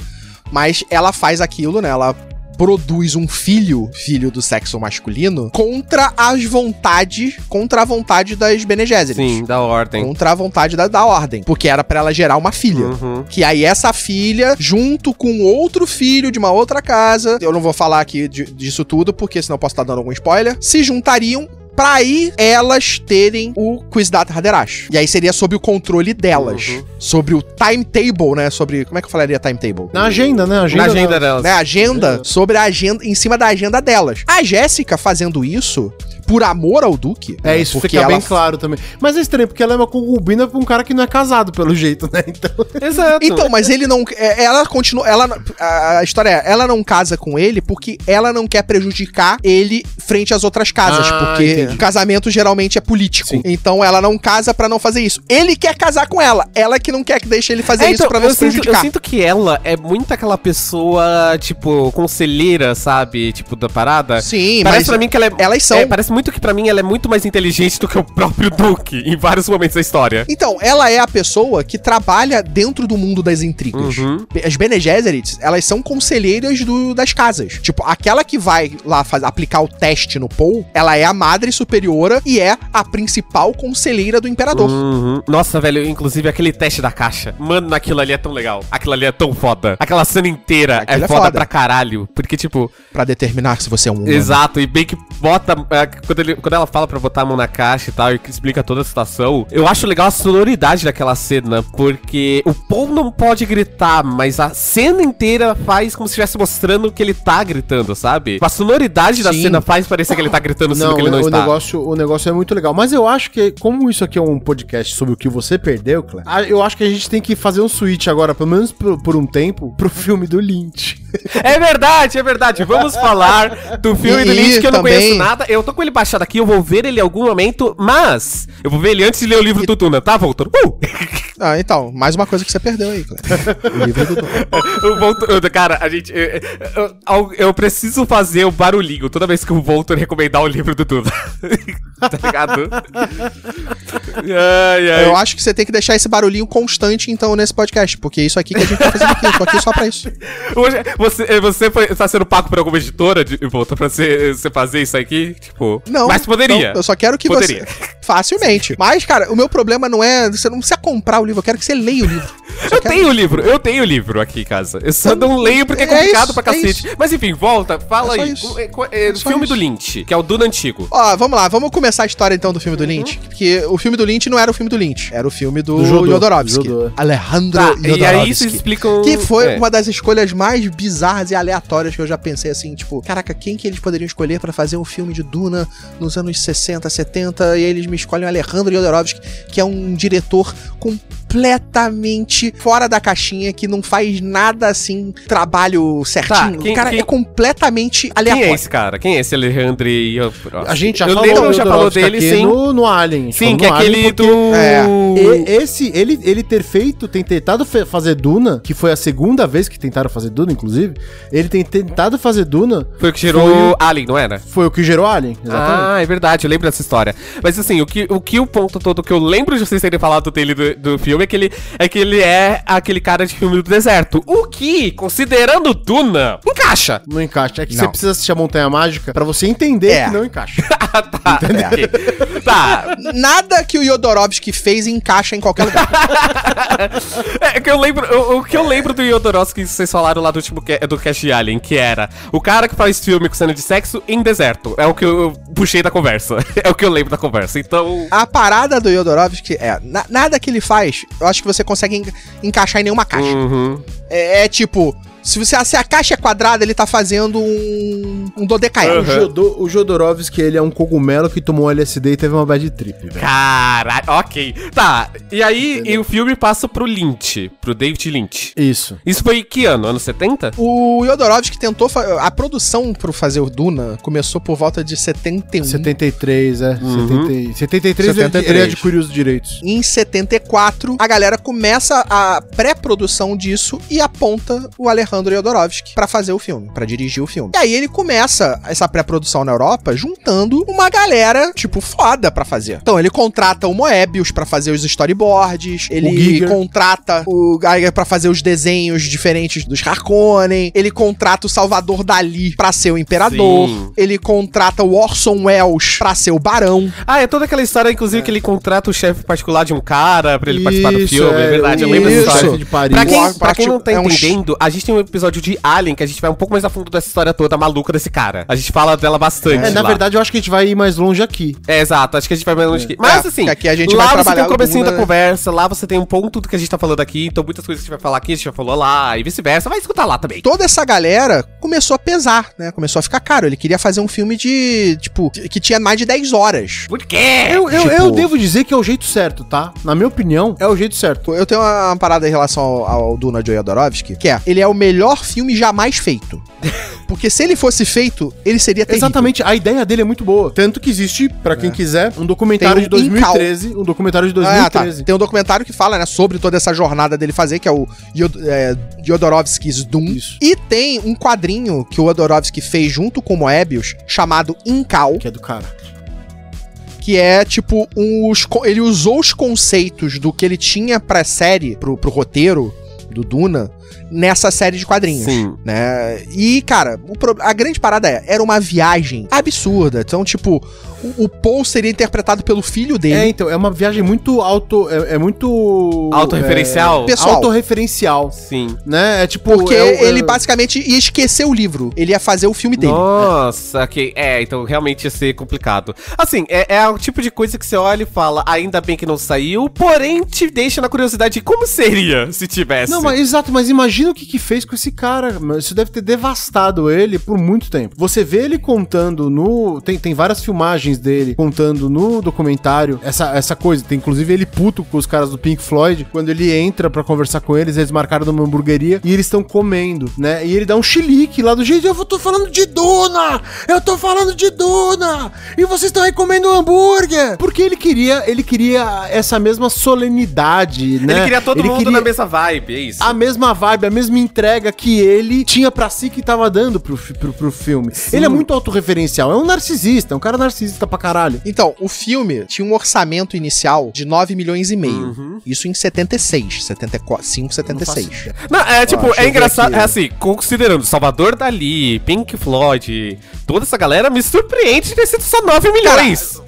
A: mas ela faz aquilo, né? Ela produz um filho, filho do sexo masculino, contra as vontades, contra a vontade das Bene Gesserit.
C: Sim, da ordem.
A: Contra a vontade da, da ordem, porque era pra ela gerar uma filha.
C: Uhum.
A: Que aí essa filha, junto com outro filho de uma outra casa, eu não vou falar aqui de- disso tudo, porque senão eu posso estar dando algum spoiler, se juntariam pra aí elas terem o Quizdat Haderach. E aí seria sob o controle delas.
C: Uhum.
A: Sobre o timetable, né? Sobre... Como é que eu falaria timetable?
B: Na agenda, né?
C: Na agenda delas.
A: né, agenda, sobre a agenda, em cima da agenda delas. A Jéssica fazendo isso por amor ao Duque.
B: É, isso
A: porque
B: fica bem
A: ela-
B: claro também. Mas é estranho, porque ela é uma concubina pra um cara que não é casado, pelo jeito, né? Então,
C: Exato.
A: Então, mas ele não. é, Ela continua. Ela, a a história é: ela não casa com ele porque ela não quer prejudicar ele frente às outras casas.
B: Ah,
A: porque
B: entendi.
A: casamento geralmente é político.
B: Sim.
A: Então ela não casa pra não fazer isso. Ele quer casar com ela. Ela que não quer que deixe ele fazer
C: É,
A: isso pra não
C: eu
A: se
C: sinto, eu
A: prejudicar.
C: sinto que ela é muito aquela pessoa, tipo, conselheira, sabe? Tipo, da parada.
A: Sim,
C: parece
A: mas
C: pra mim que ela é.
A: elas são.
C: é, parece muito que pra mim ela é muito mais inteligente do que o próprio Duke em vários momentos da história.
A: Então, ela é a pessoa que trabalha dentro do mundo das intrigas.
C: Uhum.
A: As Bene Gesserits, elas são conselheiras do- das casas. Tipo, aquela que vai lá faz- aplicar o teste no Paul, ela é a madre superiora e é a principal conselheira do imperador.
C: Uhum. Nossa, velho, inclusive aquele teste da caixa. Mano, aquilo ali é tão legal. Aquilo ali é tão foda. Aquela cena inteira é
A: Aquilo
C: foda,
A: é foda.
C: pra caralho. Porque, tipo,
A: Pra determinar se você é um humano.
C: Exato, e bem que bota. é, quando, ele- quando ela fala pra botar a mão na caixa e tal, e que explica toda a situação, eu acho legal a sonoridade daquela cena, porque o Paul não pode gritar, mas a cena inteira faz como se estivesse mostrando que ele tá gritando, sabe? A sonoridade da
A: Sim.
C: cena faz parecer que ele tá gritando, sendo que ele não
B: o
C: está.
B: Negócio, o negócio é muito legal. Mas eu acho que, como isso aqui é um podcast sobre o que você perdeu, Clé, a- eu acho que a gente tem que fazer um switch agora, pelo menos por, por um tempo, pro filme do Lynch.
C: É verdade, é verdade. Vamos falar do filme do
A: E
C: Lynch, que eu não
A: também-
C: conheço nada. Eu tô com ele baixado aqui, eu vou ver ele em algum momento, mas eu vou ver ele antes de ler o livro do Tuna, tá, Voltando? Uh!
A: Ah, então, mais uma coisa que você perdeu aí, Cleber. o livro do Dom.
C: O Voltor, eu- cara, a gente. Eu, eu- eu- eu preciso fazer o barulhinho toda vez que o Voltor recomendar o livro do Duda. tá ligado? ai, ai.
A: Eu acho que você tem que deixar esse barulhinho constante, então, nesse podcast. Porque é isso aqui que a gente tá fazendo aqui. Eu tô aqui só pra isso.
C: Hoje, você você foi, tá sendo pago por alguma editora, de, Voltor, pra você, você fazer isso aqui? Tipo.
A: Não.
C: Mas poderia.
A: não, eu só quero que
C: Poderia.
A: você. Facilmente. Mas, cara, o meu problema não é. Você não precisa comprar o livro, eu quero que você leia o livro.
C: Eu tenho o livro, eu tenho o livro aqui em casa. Eu só não leio porque é
A: é
C: complicado
A: isso,
C: pra
A: é
C: cacete. Mas enfim, volta, fala
A: É só
C: aí.
A: isso.
C: O- é- co- é,
A: É
C: do
A: só
C: filme
A: isso.
C: do Lynch, que é o Duda Antigo.
A: Ó, vamos lá, vamos começar a história então do filme do Lynch. Porque o filme do Lynch não era o filme do Lynch, era o filme do,
B: Do Jodor-
A: Jodorowsky.
B: Jodor.
A: Alejandro
C: Tá,
A: Jodorowsky.
C: e aí vocês explicam.
A: Que foi
C: é.
A: uma das escolhas mais bizarras e aleatórias que eu já pensei assim, tipo, caraca, quem que eles poderiam escolher pra fazer um filme de Duna nos anos 60, 70, e eles me escolhem o Alejandro Jodorowsky, que é um diretor completamente fora da caixinha, que não faz nada assim, trabalho certinho.
C: Tá, quem-
A: o cara
C: quem-
A: é completamente
C: Quem é
A: aleatório.
C: esse cara? Quem é esse Alexandre? Iopro?
B: A gente já
C: Eu
B: falou,
C: lembro,
B: do
C: já falou
B: Jodorowsky
C: dele,
B: aqui
C: sim.
B: No, no Alien.
C: Sim,
B: Falou
C: que é
B: no Alien
C: aquele
B: porque-
C: do.
A: É,
B: E- esse, ele, ele ter feito, tem tentado fe- fazer Duna, que foi a segunda vez que tentaram fazer Duna, inclusive. Ele tem tentado fazer Duna,
C: Foi o que gerou
B: Foi o-
C: Alien, não era?
B: foi o que gerou Alien,
C: Ah, é verdade, eu lembro dessa história. Mas assim, o que o, que o ponto todo que eu lembro de vocês terem falado dele do, do filme filme é que ele é, que ele é aquele cara de filme do deserto. O que, considerando Duna, encaixa.
B: Não encaixa. É que
A: Não.
B: você precisa assistir a Montanha Mágica pra você entender
A: É.
B: que não encaixa.
C: Ah, tá.
B: É.
C: ok. Tá.
A: Nada que o Yodorovsky fez encaixa em qualquer lugar.
C: É que eu lembro, o, o que eu lembro do Yodorovsky que vocês falaram lá do último ca- do Cash de Alien, que era o cara que faz filme com cena de sexo em deserto. É o que eu puxei da conversa. É o que eu lembro da conversa. Então,
A: A parada do Yodorovsky é, na- nada que ele faz, eu acho que você consegue en- encaixar em nenhuma caixa.
C: uhum.
A: É, é tipo, se, você, se a caixa é quadrada, ele tá fazendo um, um dodecaedro.
B: O, Jodo, o Jodorowsky, ele é um cogumelo que tomou LSD e teve uma bad trip, velho.
C: Caralho, ok. Tá, e aí e o filme passa pro Lynch, pro David Lynch.
B: Isso.
C: Isso foi que ano? Anos 70?
A: O Yodorovsky tentou. fa- A produção pro fazer o Duna começou por volta de 71.
B: 73, é. 70 73, ele-
A: 73.
B: ele adquiriu os direitos.
A: Em 74, a galera começa a pré-produção disso e aponta o Alejandro Jodorowsky pra fazer o filme, pra dirigir o filme. E aí ele começa essa pré-produção na Europa juntando uma galera, tipo, foda pra fazer. Então ele contrata o Moebius pra fazer os storyboards, ele
B: Giger.
A: contrata o Geiger pra fazer os desenhos diferentes dos Harkonnen, ele contrata o Salvador Dali pra ser o imperador,
C: Sim.
A: ele contrata o Orson Welles pra ser o barão.
C: Ah, é toda aquela história, inclusive, que ele contrata o chefe particular de um cara pra ele participar do
B: Isso,
C: filme. É, verdade, eu lembro
A: isso.
C: dessa história.
B: Chefe de Paris.
C: Pra
A: O
C: quem,
A: Ar-
C: pra quem não tá
A: é um ch-
C: entendendo, a gente tem um episódio de Alien que a gente vai um pouco mais a fundo dessa história toda maluca desse cara. A gente fala dela bastante.
B: É, na
C: lá.
B: verdade, eu acho que a gente vai ir mais longe aqui.
C: É, exato, acho que a gente vai mais longe. que- Mas
A: É,
C: assim,
A: porque aqui a gente
C: lá
A: vai
C: você tem
A: trabalhar
C: o comecinho da
A: alguma-
C: conversa, lá você tem um ponto do que a gente tá falando aqui, então muitas coisas que a gente vai falar aqui, a gente já falou lá, e vice-versa, vai escutar lá também.
A: toda essa galera começou a pesar, né? Começou a ficar caro. Ele queria fazer um filme de, tipo, que tinha mais de 10 horas.
C: Por quê?
B: Eu, eu,
A: Tipo-
B: eu devo dizer que é o jeito certo, tá? Na minha opinião, é o jeito certo.
A: Eu tenho uma uma parada em relação ao, ao Duna de Jodorowsky, que é, ele é o melhor filme jamais feito. Porque se ele fosse feito, ele seria terrível.
B: Exatamente, a ideia dele é muito boa. Tanto que existe, pra quem quiser, um
A: Tem
B: documentário de
A: o Incal.
B: 2013. Um documentário de
A: Ah, tá.
B: 2013.
A: Tem um documentário que fala, né, sobre toda essa jornada dele fazer, que é o Yod é, Jodorowsky's Doom.
B: Isso.
A: E tem um quadrinho que o Jodorowsky fez junto com o Moebius, chamado Incal,
B: Que é do cara.
A: que é tipo um- os co- ele usou os conceitos do que ele tinha pra série, pro, pro roteiro do Duna nessa série de quadrinhos.
C: Sim.
A: Né? E, cara, o pro- a grande parada é, era uma viagem absurda. Então, tipo, o, o Paul seria interpretado pelo filho
B: É,
A: dele.
B: então, é uma viagem muito auto. É, é muito.
C: Autorreferencial?
B: É,
A: Pessoal.
B: autorreferencial.
C: Sim.
B: Né? É tipo.
A: porque
B: é o- é-
A: ele basicamente ia esquecer o livro. Ele ia fazer o filme dele.
C: Nossa, que é, então realmente ia ser complicado. Assim, é, é o tipo de coisa que você olha e fala, ainda bem que não saiu, porém te deixa na curiosidade de como seria se tivesse.
B: Não, mas exato, mas imagina o que, que fez com esse cara. mano. Isso deve ter devastado ele por muito tempo. Você vê ele contando no. Tem, tem várias filmagens dele contando no documentário essa, essa coisa. Tem inclusive ele puto com os caras do Pink Floyd. Quando ele entra pra conversar com eles, eles marcaram numa hamburgueria e eles estão comendo, né? E ele dá um chilique lá do jeito. Eu tô falando de Duna! Eu tô falando de Duna! E vocês estão aí comendo um hambúrguer! Porque ele queria, ele queria essa mesma solenidade, né?
C: Ele queria todo mundo
B: queria-
C: na mesma vibe, é isso.
B: a mesma vibe, a mesma entrega que ele tinha pra si que tava dando pro, fi- pro, pro filme. Ele é muito autorreferencial, é um narcisista, é um cara narcisista pra caralho.
A: Então, o filme tinha um orçamento inicial de 9 milhões e meio.
B: Uhum.
A: Isso em 76, 75, 76.
C: Não, é tipo,
B: deixa eu
C: é
B: ver
C: engraçado,
B: aqui.
C: é assim, considerando Salvador Dali, Pink Floyd, toda essa galera me surpreende ter sido só 9 milhões.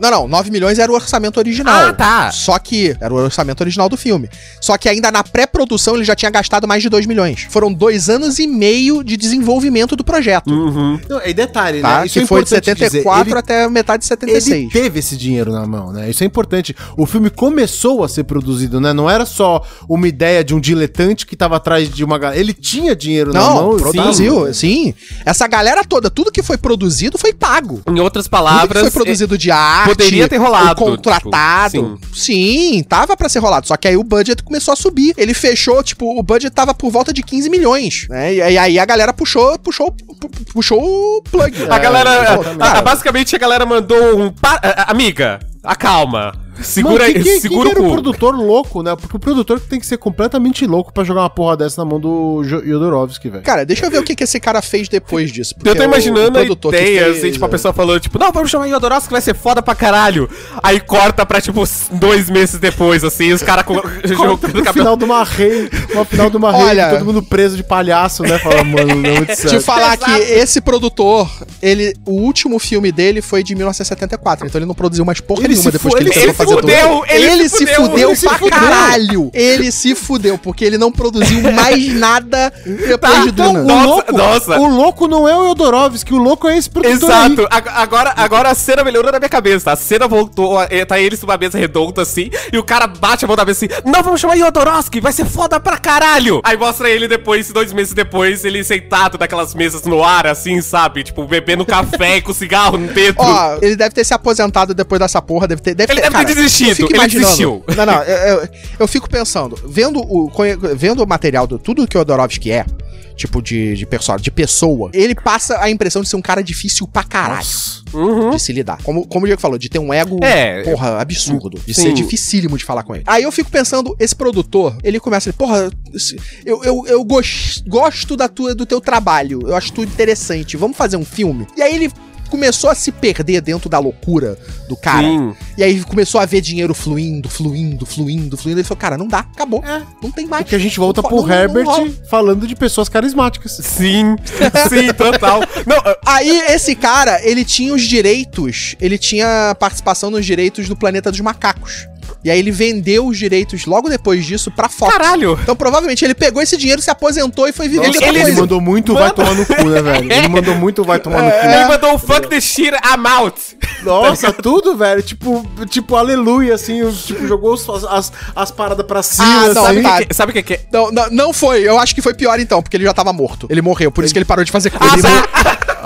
A: Não, não, 9 milhões era o orçamento original.
C: Ah, tá.
A: Só que era o orçamento original do filme. Só que ainda na pré-produção ele já tinha gastado mais de 2 milhões. Foram dois anos e meio de desenvolvimento do projeto.
C: Uhum.
B: Não, e detalhe,
A: Tá?
B: Hum, né?
A: que foi de
B: importante dizer.
A: 74
B: Ele-
A: até metade de
B: Ele
A: 76.
B: teve esse dinheiro na mão, né? Isso é importante. O filme começou a ser produzido, né? Não era só uma ideia de um diletante que tava atrás de uma galera. Ele tinha dinheiro na
A: Não,
B: mão.
A: produziu,
B: tá?
A: sim. Essa galera toda, tudo que foi produzido foi pago.
C: Em outras
A: Tudo que
C: palavras,
A: foi
C: é,
A: produzido de arte.
C: poderia ter rolado, tipo,
A: o Contratado. sim. tava pra ser rolado. Só que aí o budget começou a subir. Ele fechou, tipo, o budget tava por volta de 15 milhões. Né? E aí- aí a galera puxou, puxou, pu- puxou o plug.
C: é, A galera.
A: Pô,
C: a-
A: cara,
C: a- basicamente a galera mandou um. pa- a- a- amiga, acalma. Segura aí,
B: que, que, quem
C: segura
B: era
C: o
B: o
C: cu.
B: produtor louco, né? Porque o produtor tem que ser completamente louco pra jogar uma porra dessa na mão do Jo- Jodorowsky, velho.
A: Cara, deixa eu ver o que, que esse cara fez depois disso. porque
C: Eu tô
A: o-
C: imaginando
A: o
C: a
A: produtor que
C: ideia,
A: fez,
C: assim, tipo, a
A: é.
C: pessoa falando, tipo, não, vamos chamar Yodoros que vai ser foda pra caralho. Aí corta pra, tipo, s- dois meses depois, assim, os caras com jogando
B: No
C: cabelo.
B: final de uma rei, uma final de uma rei,
A: Olha-
B: todo mundo preso de palhaço, né? Fala, mano, não é muito
A: Te
B: sério.
A: falar
C: Exato.
A: que esse produtor, ele, o último filme dele foi de 1974, então ele não produziu mais porra
B: Ele
A: nenhuma
B: se
A: depois
B: fu-
A: que ele
B: ele
A: começou
C: se
A: a fazer
C: fudeu,
A: tudo.
C: ele
A: Ele
C: se
A: se
C: fudeu,
A: fudeu
C: ele se
A: pra
C: fudeu.
A: caralho. Ele se fudeu, porque ele não produziu mais nada depois de
C: Tá
B: Então,
A: Duna.
C: Nossa,
B: o louco,
C: nossa.
B: o louco não é o Jodorowsky, o louco é esse produtor aí.
C: Exato, Ag- agora, agora a cena melhorou na minha cabeça. tá? A cena voltou, a- eh, tá eles numa mesa redonda assim, e o cara bate a mão na mesa assim: Não, vamos chamar Yodorovsky, vai ser foda pra caralho! Aí mostra ele depois, dois meses depois, ele sentado naquelas mesas no ar, assim, sabe? Tipo, bebendo café com cigarro no dedo.
A: Ó, ele deve ter se aposentado depois dessa porra, deve ter... Deve
C: Ele deve ter desistido,
A: eu fico
C: ele
A: imaginando.
C: desistiu.
A: Não, não, eu, eu- eu fico pensando, vendo o, conhe- vendo o material, do, tudo que o Odorovsky é, tipo, de, de, perso- de pessoa, ele passa a impressão de ser um cara difícil pra caralho.
C: Uhum.
A: de se lidar. Como, como o Diego falou, de ter um ego,
C: É.
A: porra, absurdo. De
C: Sim.
A: ser dificílimo de falar com ele. Aí eu fico pensando, esse produtor, ele começa, ele, porra, esse- eu, eu, eu gos- gosto da tua, do teu trabalho, eu acho tu interessante, vamos fazer um filme? E aí ele começou a se perder dentro da loucura do cara.
C: Sim.
A: E aí começou a ver dinheiro fluindo, fluindo, fluindo, fluindo. Ele falou, cara, não dá, acabou.
B: É.
A: Não tem mais.
B: Que a gente volta
A: Não-
B: pro
A: não- não
B: Herbert
A: rola.
B: falando de pessoas carismáticas.
C: Sim, sim, total. Não, ah,
A: Aí, esse cara, ele tinha os direitos, ele tinha participação nos direitos do Planeta dos Macacos. E aí ele vendeu os direitos logo depois disso pra Fox.
C: caralho.
A: Então, provavelmente, ele pegou esse dinheiro, se aposentou e foi viver de
C: Nossa,
A: outra
C: ele-
B: Ele,
A: coisa.
B: mandou muito vai tomar no cu, né, velho? Ele mandou muito vai tomar no cu.
A: É.
C: Ele mandou o fuck the shit, I'm out.
B: Nossa, tudo, velho. Tipo, tipo, aleluia, assim. os- Tipo, jogou os- as, as, as paradas pra cima,
A: Ah, não,
B: assim.
A: tá.
C: Que- Sabe o que que é?
A: Não, não, não foi. Eu acho que foi pior então, porque ele já tava morto. Ele morreu, por isso que ele parou de fazer coisa.
B: Ele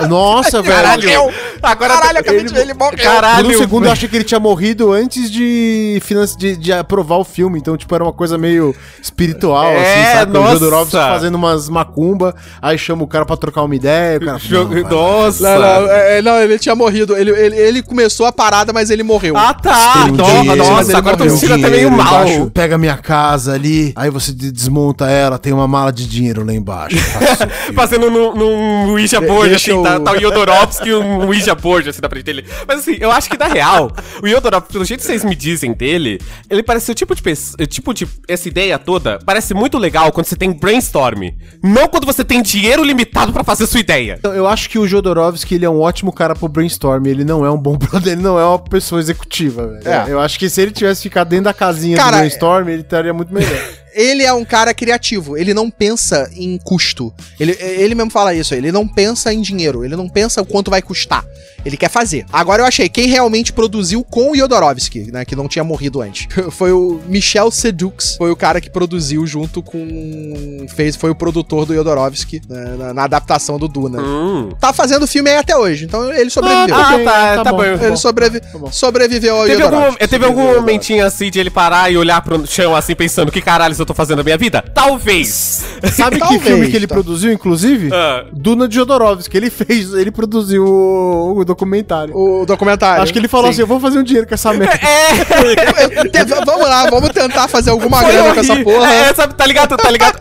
B: mo- Nossa, velho.
C: Caralho.
A: morreu.
C: Agora
A: é um Caralho, acabei
C: ele-
A: de ver, ele morreu.
C: Caralho.
B: Por um segundo eu achei que ele tinha morrido antes de, finan- de, de aprovar o filme. Então, tipo, era uma coisa meio espiritual,
C: É,
B: assim, sabe? O
C: nossa.
B: Jodorowsky fazendo umas macumba, aí chama o cara pra trocar uma ideia. O cara,
C: Jogo-
B: "Não, vai lá".
C: Nossa.
A: Não, não, é, é, não, ele tinha morrido. Ele, ele, ele começou a parada, mas ele morreu.
C: Ah, tá.
B: Tem um
C: Nossa,
B: dinheiro, mas
C: nossa
B: ele
C: agora eu tô me
B: morreu.
C: sentindo até meio
B: Dinheiro
C: mal.
B: embaixo, Pega minha casa ali, aí você de- desmonta ela, tem uma mala de dinheiro lá embaixo. tá? Faça o filme.
C: Fazendo num, num Ouija board,
A: deixa
C: assim, tá,
A: eu-
C: tá o Yodorovsky e um Ouija board, assim, na frente dele. Mas, assim, eu acho que, na real, o Yodorovsky, pelo jeito que vocês me dizem dele, ele parece o tipo de pessoa, tipo de, essa ideia toda, parece muito legal quando você tem brainstorm. Não quando você tem dinheiro limitado pra fazer sua ideia.
B: Então, eu acho que o Jodorowsky ele é um ótimo cara pro brainstorm, ele não é um bom brother, ele não é uma pessoa executiva, velho.
A: É.
B: Eu acho que se ele tivesse ficado dentro da casinha
A: Cara,
B: do brainstorm, ele estaria muito melhor.
A: ele é um cara criativo, ele não pensa em custo. Ele, ele mesmo fala isso, ele não pensa em dinheiro, ele não pensa o quanto vai custar. Ele quer fazer. Agora eu achei, quem realmente produziu com o Jodorowsky, né, que não tinha morrido antes, foi o Michel Sedux, foi o cara que produziu junto com... fez, foi o produtor do Jodorowsky né, na, na adaptação do Duna.
C: Hum.
A: Tá fazendo o filme aí até hoje, então ele sobreviveu.
C: Ah,
B: ok,
C: tá, tá bom.
A: ele sobrevi-
B: Tá bom.
A: sobreviveu ao
C: Teve algum,
A: Jodorowsky.
C: teve algum
A: Sobreviveu ao
C: momentinho assim de ele parar e olhar pro chão assim pensando que caralho eu tô fazendo na minha vida? Talvez.
B: Sabe
A: Talvez,
B: que filme que ele
A: tá.
B: produziu, inclusive?
C: Ah.
B: Duna de Jodorowsky, ele fez, ele produziu o, o documentário.
A: Jodorowsky. O documentário.
B: acho que ele falou assim, eu vou fazer um dinheiro com essa merda.
C: É,
A: Eu- te- vamos lá, vamos tentar fazer alguma
C: foi
A: grana com
C: horrível.
A: essa porra.
C: É, sabe, tá ligado? Tá ligado?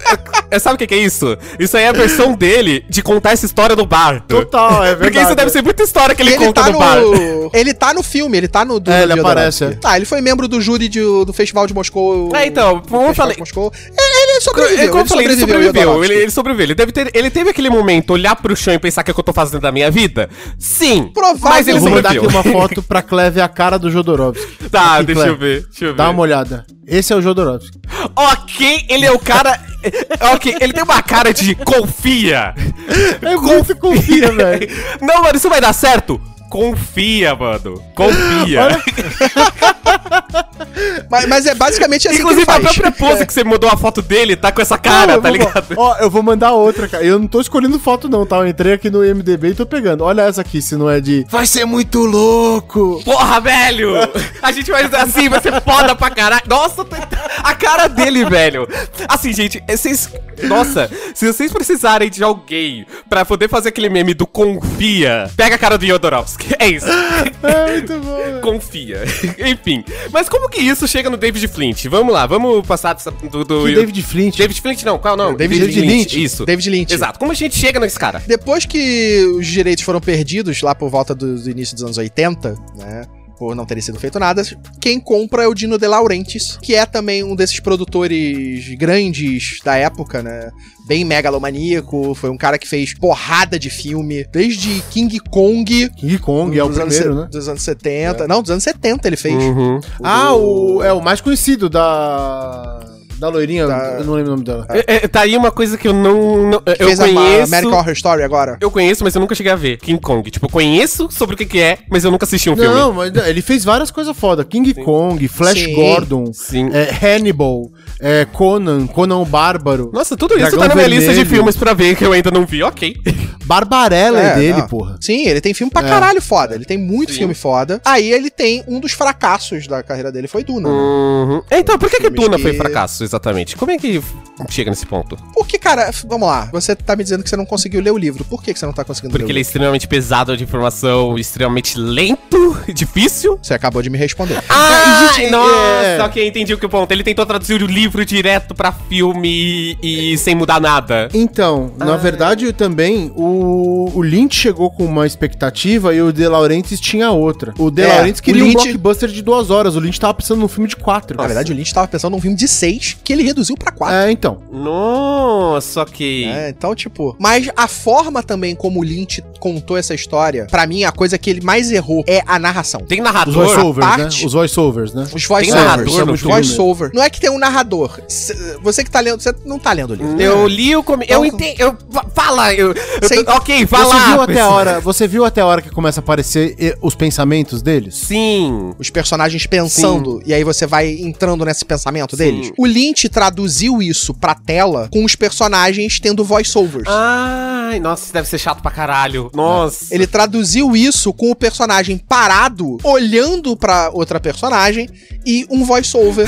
C: É, sabe o que, que é isso? Isso aí é a versão dele de contar essa história no bar.
B: Total, é verdade.
C: Porque isso deve ser muita história que
A: E
C: ele, conta
A: tá
C: no bar.
A: no, ele tá no filme, ele tá no do
B: É,
A: do
B: ele
A: Jodorowsky.
B: aparece, é.
A: Tá, ele foi membro do júri de- do Festival de Moscou.
C: É, então,
A: do
C: como eu
A: Festival
C: falei-
A: de Moscou. Ele, ele sobreviveu,
C: É como eu falei, ele sobreviveu.
A: Jodorowsky.
C: Ele, ele sobreviveu. Ele, deve ter, ele teve aquele momento olhar pro chão e pensar o que, é que eu tô fazendo da minha vida? Sim. Mas ele
B: Eu vou mandar
C: sobreviveu.
B: aqui uma foto pra Cleve a cara do Jodorowsky.
C: Tá,
B: Aqui,
C: deixa eu
B: Cleve.
C: ver. Deixa eu ver.
B: Dá uma olhada. Esse é o Jodorowsky.
C: Ok, ele é o cara. Ok, ele tem uma cara de confia.
B: É muito confia, velho.
C: Não, mano, isso vai dar certo? Confia, mano. Confia.
A: Mas, mas é basicamente assim
C: Inclusive,
A: que
C: a
A: ele faz.
C: própria pose que você mudou a foto dele tá com essa cara,
B: Não,
C: tá
B: eu vou-
C: ligado?
B: Ó, eu vou mandar outra, cara. Eu não tô escolhendo foto, não, tá? Eu entrei aqui no IMDB e tô pegando. Olha essa aqui, se não é de. Vai ser muito louco!
C: Porra, velho! A gente vai assim, vai ser foda pra caralho. Nossa, tá- a cara dele, velho. Assim, gente, vocês. Nossa, se vocês precisarem de alguém pra poder fazer aquele meme do confia, pega a cara do Yodorovsky. É isso.
B: É muito bom, velho.
C: Confia. Enfim. Mas como como que isso chega no David Flint? Vamos lá, vamos passar dessa- do. do-
B: Que David Flint.
C: David Flint, não, qual não?
A: David
B: Lynch.
C: Isso.
A: David Lynch.
C: Exato. Como a gente chega nesse cara?
A: Depois que os direitos foram perdidos, lá por volta do, do início dos anos 80, né? Por não terem sido feito nada, quem compra é o Dino De Laurentiis, que é também um desses produtores grandes da época, né? Bem megalomaníaco, foi um cara que fez porrada de filme, desde King Kong.
B: King Kong é o
A: dos anos
B: primeiro,
A: se-
B: né?
A: Dos anos 70. Não, dos anos 70 ele fez.
C: Uhum.
A: Tipo
B: Ah, o, é o mais conhecido da. Da loirinha,
A: Da-
B: eu não lembro o nome dela.
C: É, é, tá aí uma coisa que eu não. não-
A: que
C: eu
A: fez a
C: conheço.
A: American Horror Story agora.
C: Eu conheço, mas eu nunca cheguei a ver. King Kong. Tipo, eu conheço sobre o que, que é, mas eu nunca assisti um filme.
B: Não, mas é, ele fez várias coisas foda. King Kong, Flash
A: Sim.
B: Gordon,
C: Sim.
B: é, Hannibal, é, Conan, Conan o Bárbaro.
C: Nossa, tudo isso
B: Dragão
C: tá na minha lista de
B: Vermelho.
C: filmes pra ver que eu ainda não vi. Ok.
B: Barbarella é,
A: É,
B: dele,
A: não.
B: porra.
A: Sim, ele tem filme pra
B: É.
A: caralho foda. Ele tem muito
C: Sim.
A: filme foda. Aí ele tem um dos fracassos da carreira dele, foi Duna. né?
C: Uhum. Então, por que, que
A: Filmes
C: Duna foi
A: que-
C: fracasso, exatamente? Como é que chega nesse ponto?
A: Porque, cara, f- vamos lá. Você tá me dizendo que você não conseguiu ler o livro. Por que, que você não tá conseguindo
C: Porque
A: ler o
C: ele é
A: livro?
C: extremamente pesado de informação, extremamente lento, difícil.
A: Você acabou de me responder.
C: Ah,
B: gente,
C: nossa,
B: é.
C: ok, entendi o que o ponto. Ele tentou traduzir o livro direto pra filme e, e sem mudar nada.
B: Então, na verdade, também o, o Lynch chegou com uma expectativa e o De Laurentiis tinha outra. O De
A: É,
B: Laurentiis
A: o
B: queria um
A: Lynch-
B: blockbuster de duas horas. O Lynch tava pensando num filme de quatro.
A: Na verdade, o Lynch tava pensando num filme de seis que ele reduziu pra quatro.
B: é, então.
C: Nossa, ok.
A: É, então, tipo. Mas a forma também como o Lynch contou essa história, pra mim, a coisa que ele mais errou é a narração.
C: Tem
B: Os
C: narrador?
B: voiceovers,
A: a
B: né?
A: parte-
B: Os voiceovers, né?
A: Os
C: narrador
A: voiceovers.
C: no
A: Os
C: filme?
A: voiceover. Não é que tem um narrador. Cê- Você que tá lendo. Você não tá lendo o livro.
C: Hum. Eu li o come... Eu
A: Então-
C: entendi. Eu... fa- Fala! Eu... eu
A: Sei-
C: tô- Ok,
B: Você
C: fala!
B: viu até a hora, você viu até a hora que começa a aparecer eh, os pensamentos deles?
C: Sim.
A: os personagens pensando e aí você vai entrando nesse pensamento
C: Sim.
A: deles. O Lynch traduziu isso pra tela com os personagens tendo voiceovers.
C: Ah. Ai, nossa, isso deve ser chato pra caralho. Nossa.
A: Ele traduziu isso com o personagem parado, olhando pra outra personagem e um voiceover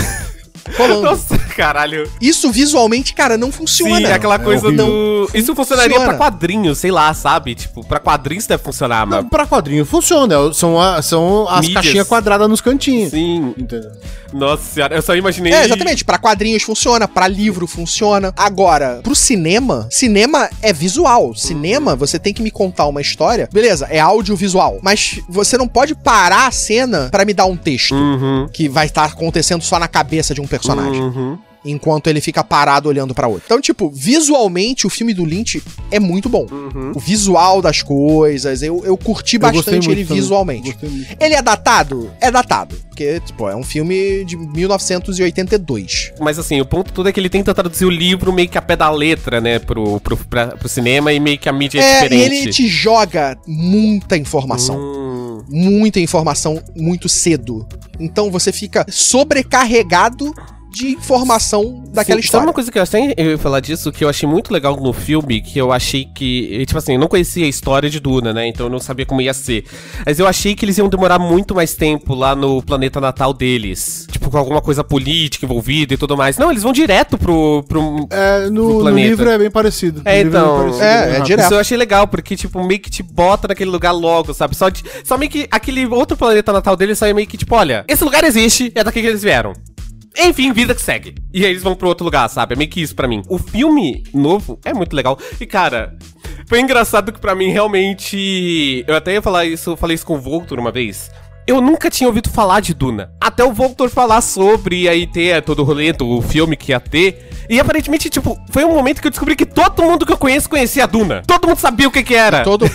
A: rolando.
C: Nossa, caralho.
A: Isso visualmente, cara, não funciona.
C: Sim, é aquela
B: é
C: coisa
B: horrível.
C: do. Isso funcionaria
A: Funciona.
C: pra quadrinho, sei lá, sabe? Tipo, pra quadrinho isso deve funcionar, mas.
B: Não, pra quadrinho funciona, é são, a- são as
C: Mídias.
B: caixinhas quadradas nos cantinhos.
C: Sim.
B: Entendeu?
C: Nossa senhora, eu só imaginei.
A: É, exatamente. Pra quadrinhos funciona, pra livro funciona. Agora, pro cinema, cinema é visual. Cinema,
C: Uhum.
A: você tem que me contar uma história. Beleza, é audiovisual. Mas você não pode parar a cena pra me dar um texto.
C: Uhum.
A: Que vai estar acontecendo só na cabeça de um personagem,
C: Uhum.
A: enquanto ele fica parado olhando pra outro. Então, tipo, visualmente o filme do Lynch é muito bom.
C: Uhum.
A: O visual das coisas, eu, eu curti bastante ele visualmente. Ele é datado? É datado. Porque, tipo, é um filme de 1982.
C: Mas assim, o ponto todo é que ele tenta traduzir o livro meio que a pé da letra, né? Pro, pro, pra- pro cinema e meio que a mídia é
A: É, e
C: diferente.
A: ele te joga muita informação.
C: Hum.
A: Muita informação muito cedo. Então você fica sobrecarregado de informação daquela
C: Sim, Sabe
A: história.
C: uma coisa que eu achei, eu ia falar disso, que eu achei muito legal no filme, que eu achei que, eh, tipo assim, eu não conhecia a história de Duna, né, então eu não sabia como ia ser. Mas eu achei que eles iam demorar muito mais tempo lá no planeta natal deles. Tipo, com alguma coisa política envolvida e tudo mais. Não, eles vão direto pro... pro...
B: É,
C: Do
B: no, no
C: planeta.
B: livro é bem parecido.
C: É,
B: No livro
C: então.
B: bem parecido,
A: É,
B: bem
A: é
B: rápido.
A: direto.
C: Isso eu achei legal, porque, tipo, meio que te bota naquele lugar logo, sabe? Só, de- só meio que aquele outro planeta natal deles sai meio que, tipo, olha, esse lugar existe, é daqui que eles vieram. Enfim, vida que segue. E aí eles vão pro outro lugar, sabe? É meio que isso pra mim. O filme novo é muito legal. E, cara, foi engraçado que pra mim realmente. Eu até ia falar isso, eu falei isso com o Voltor uma vez. Eu nunca tinha ouvido falar de Duna. Até o Voltor falar sobre e aí ter é, todo o rolê do filme que ia ter. E aparentemente, tipo, foi um momento que eu descobri que todo mundo que eu conheço conhecia a Duna. Todo mundo sabia o que que era.
A: Todo...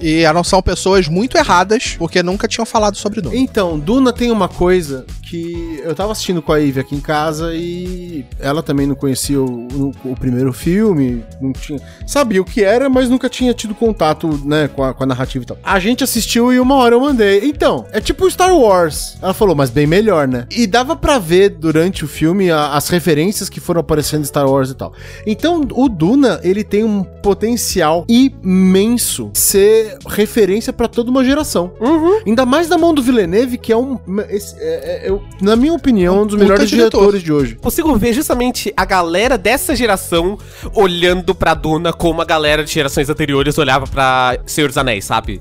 A: E eram são pessoas muito erradas, porque nunca tinham falado sobre nome.
B: Então, Duna tem uma coisa que eu tava assistindo com a Ivy aqui em casa e ela também não conhecia o, o- o primeiro filme, não tinha, sabia o que era, mas nunca tinha tido contato, né, com a, com a narrativa e tal. A gente assistiu e uma hora eu mandei. Então, é tipo Star Wars. Ela falou, mas bem melhor, né? E dava pra ver durante o filme a- as referências que foram aparecendo de Star Wars e tal. Então, o Duna, ele tem um potencial imenso de ser referência pra toda uma geração.
C: Uhum.
B: Ainda mais na mão do Villeneuve, que é um. esse- é- é- eu- na minha opinião, um dos
A: Puta
B: melhores
A: diretor.
B: diretores de hoje.
C: Consigo ver justamente a galera dessa geração olhando pra Duna como a galera de gerações anteriores olhava pra Senhor dos Anéis, sabe?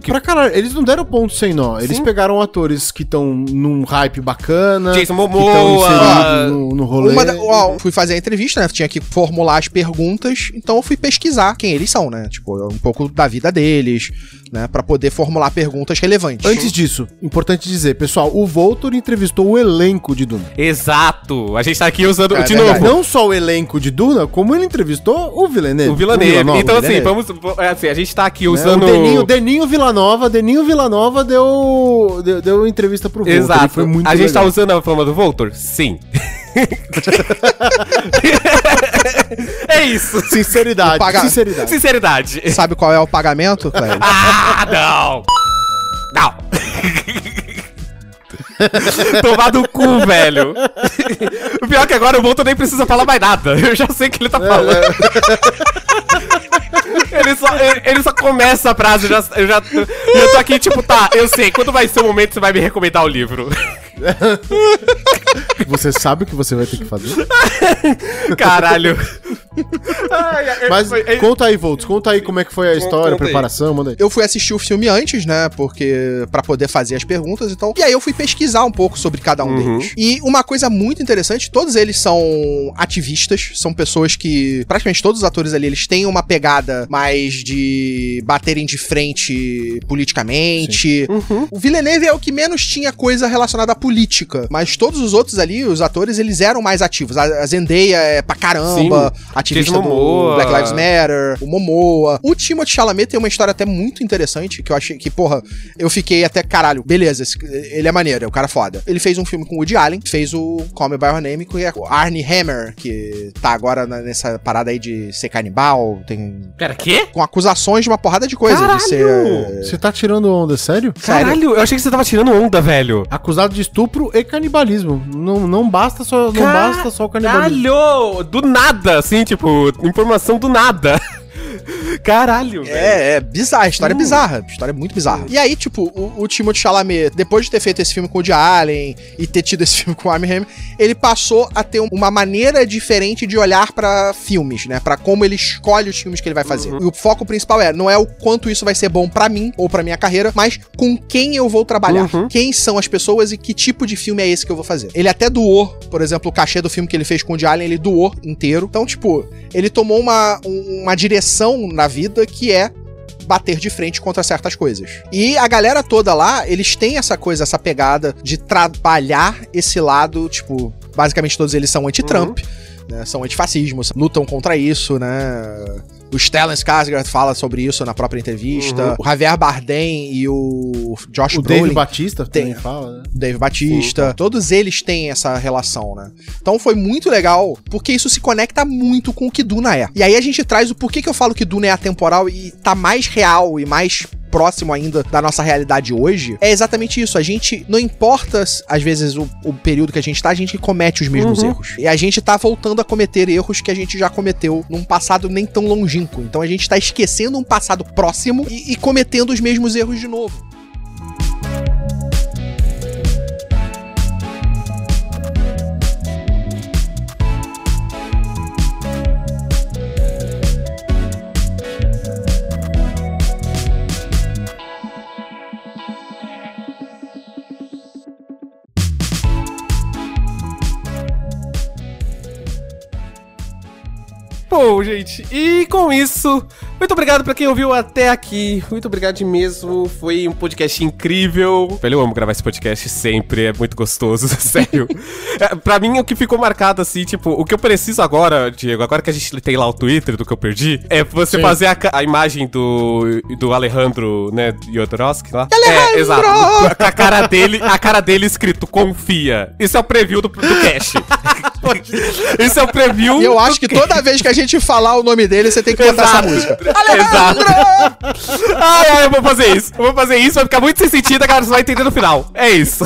C: Que-
B: É, Pra caralho, eles não deram ponto sem nó. Eles
C: Sim.
B: pegaram atores que estão num hype bacana.
C: Jason
B: que estão
C: Momoa.
B: inseridos no, no rolê.
A: Uma da- ó, fui fazer a entrevista, né? Tinha que formular as perguntas, então eu fui pesquisar quem eles são, né? Tipo, um pouco da vida deles, né? Pra poder formular perguntas relevantes.
B: Antes disso, importante dizer, pessoal, o Voltor entrevistou o elenco de Duna.
C: Exato. A gente tá aqui usando.
A: É
C: de
A: verdade.
C: novo.
B: Não só o elenco de Duna, como ele entrevistou o Villeneuve.
C: O Villaneve.
B: Villanova,
C: então, assim,
B: Villeneuve.
C: vamos. é Assim, a gente tá aqui
B: Né,
C: usando.
B: O Deninho, Deninho Villanova, Deninho Villanova deu, deu, deu entrevista pro Voltor.
C: Exato.
B: ele Foi muito
C: a gente
B: legal.
C: tá usando a fama do Voltor? Sim. é isso.
B: Sinceridade,
A: Pagar.
B: sinceridade.
C: Sinceridade.
A: Sabe qual é o pagamento, Cléber?
C: Ah, não! Não! Tomar do cu, velho. O pior é que agora o Bolton nem precisa falar mais nada. Eu já sei o que ele tá falando. Ele só, ele, ele só começa a frase, eu já, eu já tô- e eu tô aqui tipo, tá, eu sei, quando vai ser o momento que você vai me recomendar o livro?
B: Você sabe o que você vai ter que fazer.
C: Caralho. Ai, ai,
B: Mas
C: foi- é-
B: conta aí, Volts, conta aí como é que foi a história, a
C: conta aí.
B: preparação, manda aí.
A: Eu fui assistir o filme antes, né? Porque. pra poder fazer as perguntas então, e tal. E aí eu fui pesquisar um pouco sobre cada um deles. E uma coisa muito interessante: todos eles são ativistas, são pessoas que. Praticamente todos os atores ali, eles têm uma pegada mais de baterem de frente politicamente. O Villeneuve é o que menos tinha coisa relacionada à política. Mas todos os outros ali, os atores, eles eram mais ativos. A a Zendaya é pra caramba, ativista
C: Jason
A: do
C: Momoa.
A: Black Lives Matter, o Momoa. O Timothée Chalamet tem uma história até muito interessante, que eu achei que, porra, eu fiquei até, caralho, beleza, esse- ele é maneiro, é o cara foda. Ele fez um filme com o Woody Allen, fez o Call Me By Your Name, que é o Arnie Hammer, que tá agora na- nessa parada aí de ser canibal, tem...
C: Pera, quê?
A: Com acusações de uma porrada de coisa,
C: Caralho!
A: de ser...
B: Você tá tirando onda, sério?
A: Sério?
C: Caralho, eu achei que você tava tirando onda, velho.
B: Acusado de estupro e canibalismo. Não, não basta só, não
C: Ca-
B: basta só o canibalismo.
C: Caralho! Do nada, assim, tipo, informação do nada. Caralho, velho.
A: É, é bizarra, a
C: Hum.
A: história é bizarra, a história é muito bizarra. E aí, tipo, o, o Timothée Chalamet, depois de ter feito esse filme com o Woody Allen e ter tido esse filme com o Armie Hammer, ele passou a ter um, uma maneira diferente de olhar pra filmes, né? Pra como ele escolhe os filmes que ele vai fazer. E o foco principal é, não é o quanto isso vai ser bom pra mim ou pra minha carreira, mas com quem eu vou trabalhar.
C: Uhum.
A: Quem são as pessoas e que tipo de filme é esse que eu vou fazer. Ele até doou, por exemplo, o cachê do filme que ele fez com o Woody Allen, ele doou inteiro. Então, tipo, ele tomou uma, um- uma direção na vida que é bater de frente contra certas coisas. E a galera toda lá, eles têm essa coisa, essa pegada de trabalhar esse lado, tipo, basicamente todos eles são anti-Trump, né? São antifascismo, lutam contra isso, né? O Stellan Skarsgård fala sobre isso na própria entrevista. O Javier Bardem e o Josh
B: O Dave
A: Brolin
B: Batista também
A: Tem.
B: fala, né?
A: Dave Batista, todos eles têm essa relação, né? Então foi muito legal, porque isso se conecta muito com o que Duna é. E aí a gente traz o porquê que eu falo que Duna é atemporal e tá mais real e mais próximo ainda da nossa realidade hoje, é exatamente isso. A gente, não importa às vezes o, o período que a gente tá, a gente comete os mesmos
C: Uhum.
A: erros. E a gente tá voltando a cometer erros que a gente já cometeu num passado nem tão longínquo. Então a gente tá esquecendo um passado próximo e- e cometendo os mesmos erros de novo.
C: Bom, gente, e com isso, muito obrigado pra quem ouviu até aqui. Muito obrigado mesmo. Foi um podcast incrível. Velho, eu amo gravar esse podcast sempre, é muito gostoso, sério. é, pra mim, o que ficou marcado assim, tipo, o que eu preciso agora, Diego, agora que a gente tem lá o Twitter do que eu perdi, é você
B: Sim.
C: fazer a, ca- a imagem do, do Alejandro, né, Jodorowsky lá. Alejandro! É, exato. Com A cara dele, a cara dele escrito, confia. Isso é o preview do, do cast. Isso é o preview.
A: E eu
C: do
A: acho que toda vez que a gente falar o nome dele, você tem que botar essa música.
C: Exato. Ai, ai, eu vou fazer isso. Eu vou fazer isso, vai ficar muito sem sentido, a galera só vai entender no final. É isso.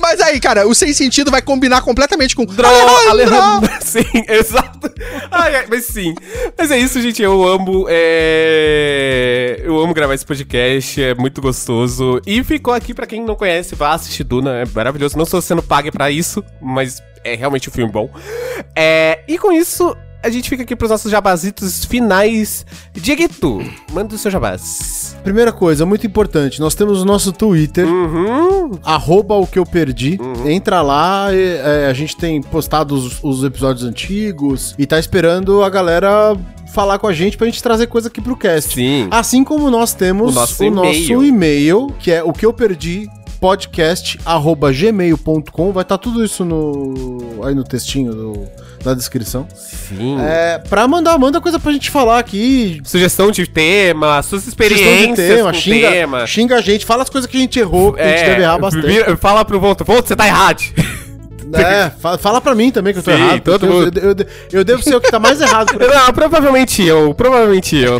A: Mas aí, cara, o sem sentido vai combinar completamente com
C: Dro,
A: Alejandro.
C: Alejandro. Sim, exato. Ai, ai, mas sim. Mas é isso, gente. Eu amo. é, Eu amo gravar esse podcast. É muito gostoso. E ficou aqui pra quem não conhece, vá assistir Duna. É maravilhoso. Não estou sendo pago pra isso, mas é realmente um filme bom. É, E com isso. a gente fica aqui pros nossos jabazitos finais. Dieguito, manda o seu jabaz.
B: Primeira coisa, muito importante, nós temos o nosso Twitter,
C: Uhum.
B: arroba o que eu perdi. Entra lá, e, é, a gente tem postado os, os episódios antigos e tá esperando a galera falar com a gente pra gente trazer coisa aqui pro cast.
C: Sim.
B: Assim como nós temos
C: O nosso
B: o nosso
C: e-mail.
B: e-mail, que é o que eu perdi podcast@gmail.com vai estar tudo isso no aí no textinho do- da descrição.
C: Sim.
B: É, para mandar manda coisa pra gente falar aqui,
C: Sugestão de tema,
B: sugestão
C: suas
B: de
C: experiências
B: tema,
C: com
B: xinga,
C: tema. É.
B: xinga a gente, fala as coisas que a gente errou, que a gente deve errar bastante.
C: vira- fala pro Volto, Volto, você tá errado.
B: É, fa- fala pra mim também que eu tô
C: Sim,
B: errado.
C: todo
B: porque eu-
C: mundo.
B: Eu, eu- eu devo ser o que tá mais errado. por aí.
C: Não, provavelmente eu, provavelmente eu.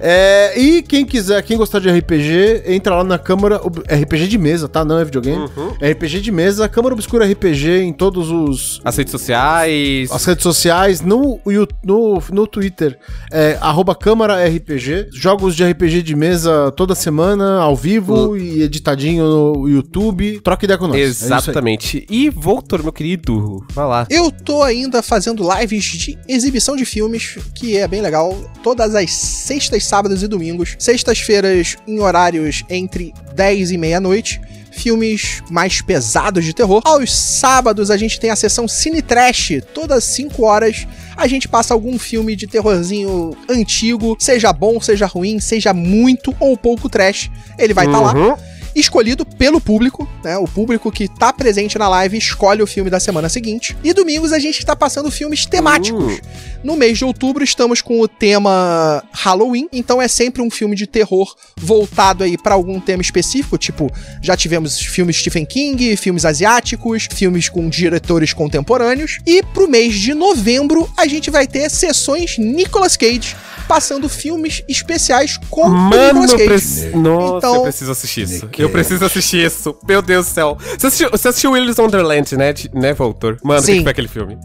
B: É, e quem quiser, quem gostar de RPG, entra lá na Câmara. Ob- RPG de mesa, tá? Não é videogame. É RPG de mesa, Câmara Obscura RPG em todos os.
C: As redes sociais.
B: As redes sociais, no, Yu- no, no Twitter, é arroba Câmara RPG. Jogos de RPG de mesa toda semana, ao vivo e editadinho no YouTube. Troca ideia com nós. é isso aí.
C: Exatamente. e Voltor, meu querido, vai lá.
A: Eu tô ainda fazendo lives de exibição de filmes, que é bem legal, todas as sextas, sábados e domingos. Sextas-feiras em horários entre 10 e meia-noite. Filmes mais pesados de terror. Aos sábados a gente tem a sessão Cine Trash. Todas 5 horas a gente passa algum filme de terrorzinho antigo, seja bom, seja ruim, seja muito ou pouco trash. Ele vai estar
B: tá
A: lá
C: Uhum.
A: escolhido pelo público, né? O público que tá presente na live escolhe o filme da semana seguinte. E domingos a gente tá passando filmes temáticos.
C: Uh.
A: No mês de outubro estamos com o tema Halloween, então é sempre um filme de terror voltado aí pra algum tema específico, tipo, já tivemos filmes Stephen King, filmes asiáticos, filmes com diretores contemporâneos. E pro mês de novembro a gente vai ter sessões Nicolas Cage passando filmes especiais com o
C: Mano,
A: Nicolas
C: eu
A: Cage.
C: preci- nossa,
A: Então-
C: eu preciso assistir isso. Eu preciso assistir isso. Meu Deus do céu. Você assistiu, você assistiu Willis Wonderland, né, de- né Voltor? Mano, o que
A: Sim.
C: que foi aquele filme?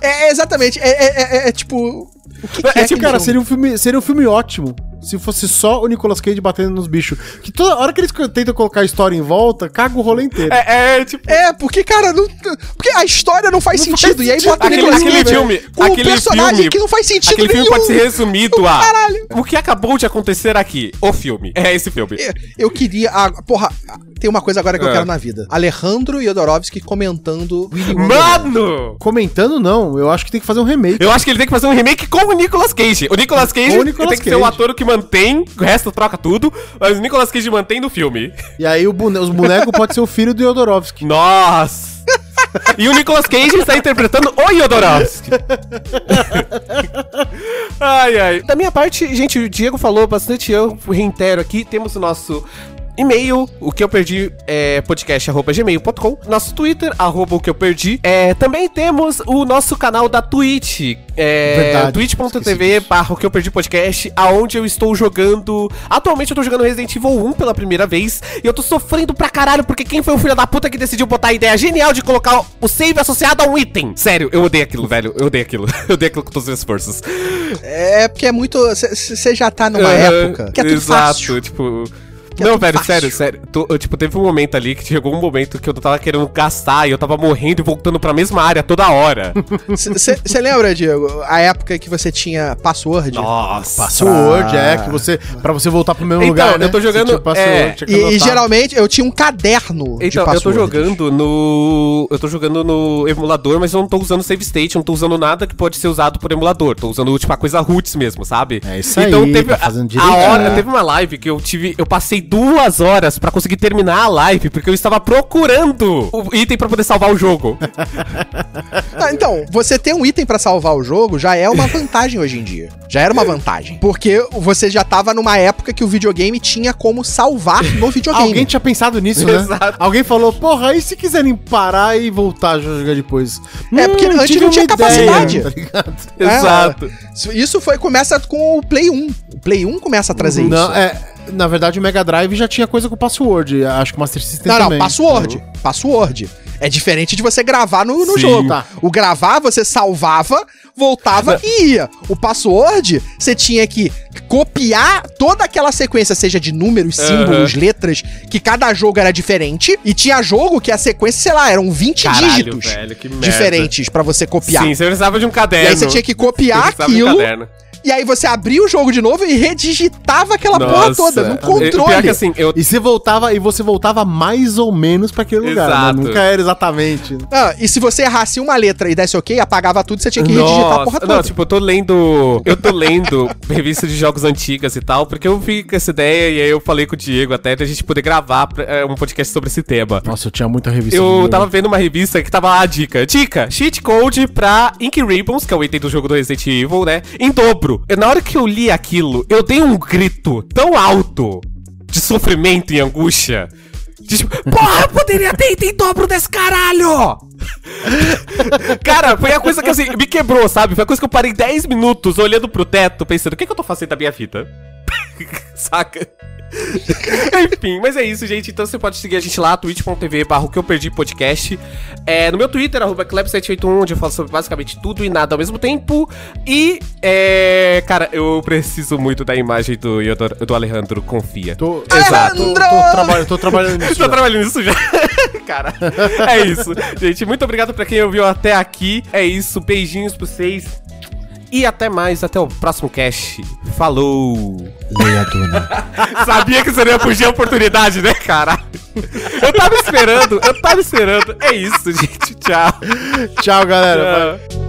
A: É, é, exatamente. É, é, é, é, tipo. O que, que
B: É, tipo,
A: aquele
B: cara,
A: filme?
B: seria um, filme, seria um filme ótimo se fosse só o Nicolas Cage batendo nos bichos. Que toda hora que eles co- tentam colocar a história em volta, caga o rolê inteiro.
C: É, é tipo.
A: É, porque, cara, não- porque a história não faz
B: Não faz
A: sentido. e aí
B: sentido.
A: bota o
C: Aquele,
A: Nicolas
C: aquele
A: Cage
C: filme.
A: com um
C: aquele
A: personagem
C: filme,
A: que não faz sentido
C: Aquele filme
A: nenhum.
C: pode ser resumido a.
A: Caralho.
C: O que acabou de acontecer aqui? O filme. É esse filme.
A: Eu queria. ah, porra, ah, tem uma coisa agora que eu
C: É.
A: quero na vida: Alejandro Jodorowsky comentando Willy Wonderland.
C: Mano!
B: Comentando, não. Eu acho que tem que fazer um remake.
C: Eu acho que ele tem que fazer um remake com o Nicolas Cage. O Nicolas Cage
B: Com o Nicolas
C: tem que ser o
B: Cage.
C: ator que mantém, o resto troca tudo, mas o Nicolas Cage mantém no filme.
B: E aí o bone- os bonecos pode ser o filho do Jodorowsky.
C: Nossa! e o Nicolas Cage está interpretando o Jodorowsky. ai, ai. Da minha parte, gente, o Diego falou bastante, eu reitero aqui, temos o nosso e-mail, o que eu perdi é podcast.gmail.com, nosso Twitter, arroba o que eu perdi. É, também temos o nosso canal da Twitch, é,
B: Verdade,
C: twitch.tv
B: esqueci
C: barra o que eu perdi podcast, aonde eu estou jogando. Atualmente eu tô jogando Resident Evil 1 pela primeira vez. E eu tô sofrendo pra caralho, porque quem foi o filho da puta que decidiu botar a ideia genial de colocar o save associado a um item? Sério, eu odeio aquilo, velho. Eu odeio aquilo. Eu odeio aquilo com todas as minhas forças.
A: É, porque é muito. Você já tá numa
C: Aham,
A: época que é tudo
C: Exato,
A: fácil.
C: tipo.
A: Que é
C: não,
A: tudo
C: velho,
A: fácil.
C: sério, sério. Tô- eu, tipo, teve um momento ali que chegou um momento que eu tava querendo gastar e eu tava morrendo e voltando pra mesma área toda hora.
A: Você lembra, Diego, a época que você tinha password? Ah,
C: Nossa.
B: Password, é, que você. Pra você voltar pro mesmo
C: Então,
B: lugar. né? tipo,
C: eu tô jogando-
B: Você tinha
C: é,
B: tinha que
A: E, e
B: anotar.
A: geralmente eu tinha um caderno de
C: Então, eu tô
A: password.
C: jogando no. Eu tô jogando no emulador, mas eu não tô usando save state, eu não tô usando nada que pode ser usado por emulador. Tô usando, tipo, a coisa roots mesmo, sabe? Então,
B: É isso aí,
C: teve
B: tá
C: a,
B: fazendo
C: a
B: direito,
C: hora,
B: né?
C: teve uma live que eu tive. Eu passei duas horas pra conseguir terminar a live, porque eu estava procurando o item pra poder salvar o jogo.
A: Ah, então, você ter um item pra salvar o jogo já é uma vantagem hoje em dia. Já era uma vantagem. Porque você já tava numa época que o videogame tinha como salvar no videogame.
B: Ah, Alguém tinha pensado nisso, né?
C: Exato.
B: Alguém falou, porra, e se quiserem parar e voltar a jogar depois? Hum,
A: É, porque antes
B: tive
A: não tinha
B: uma
A: capacidade.
B: tá ligado?
A: É, Isso foi começa com o Play 1. O Play 1 começa a trazer
B: Não,
A: isso.
B: é. Na verdade, o Mega Drive já tinha coisa com password. Acho que o Master System
A: não, não,
B: também.
A: password. Password. É diferente de você gravar no, no
C: Sim.
A: jogo.
B: Tá.
A: O gravar, você salvava, voltava e ia. O password, você tinha que copiar toda aquela sequência, seja de números,
C: Aham.
A: símbolos, letras, que cada jogo era diferente. E tinha jogo que a sequência, sei lá, eram 20 dígitos
C: velho, que merda.
A: diferentes pra você copiar.
C: Sim, você precisava de um
A: E
C: caderno.
A: aí você tinha que copiar
C: Você precisava de um
A: aquilo,
C: caderno.
A: e aí você abria o jogo de novo e redigitava aquela porra
C: Nossa.
A: toda, no
C: E, o pior é
A: controle.
C: que assim, eu...
B: E você voltava, e você voltava mais ou menos pra aquele lugar,
C: Exato.
B: né? Nunca era exatamente.
A: Ah, e se você errasse uma letra e desse ok, apagava tudo, você tinha que redigitar a porra
C: Nossa,
A: toda.
C: não, tipo, eu tô lendo. Eu tô lendo revista de jogos antigas e tal, porque eu vi com essa ideia e aí eu falei com o Diego até da gente poder gravar pra- é, um podcast sobre esse tema.
B: Nossa, eu tinha muita revista.
C: Eu
B: de
C: tava vendo uma revista que tava lá a dica. Dica, cheat code pra Ink Ribbons, que é o item do jogo do Resident Evil, né? Em dobro. Eu- na hora que eu li aquilo, eu dei um grito tão alto de sofrimento e angústia. de Tipo, porra, eu poderia ter item em dobro desse caralho! Cara, foi a coisa que assim, me quebrou, sabe? Foi a coisa que eu parei 10 minutos olhando pro teto, pensando, o que, que eu tô fazendo da minha vida? Saca? Enfim, mas é isso, gente. Então você pode seguir a gente lá, twitch.tv barra o que eu perdi podcast. É, no meu Twitter, arroba Cleb781, onde eu falo sobre basicamente tudo e nada ao mesmo tempo. E, é, cara, eu preciso muito da imagem do, Iodoro- do Alejandro, confia.
B: Tô,
C: Exato.
B: Tô, tô, trabalhando, tô trabalhando nisso.
C: Tô
B: já.
C: tá trabalhando nisso já. Cara, é isso. Gente, muito obrigado pra quem ouviu até aqui. É isso, beijinhos pra vocês. E até mais, até o próximo cast. Falou!
A: Leia, Duna.
C: Sabia que você não ia fugir a oportunidade, né, cara? Eu tava esperando, eu tava esperando. É isso, gente. Tchau.
B: Tchau, galera.
C: Tchau.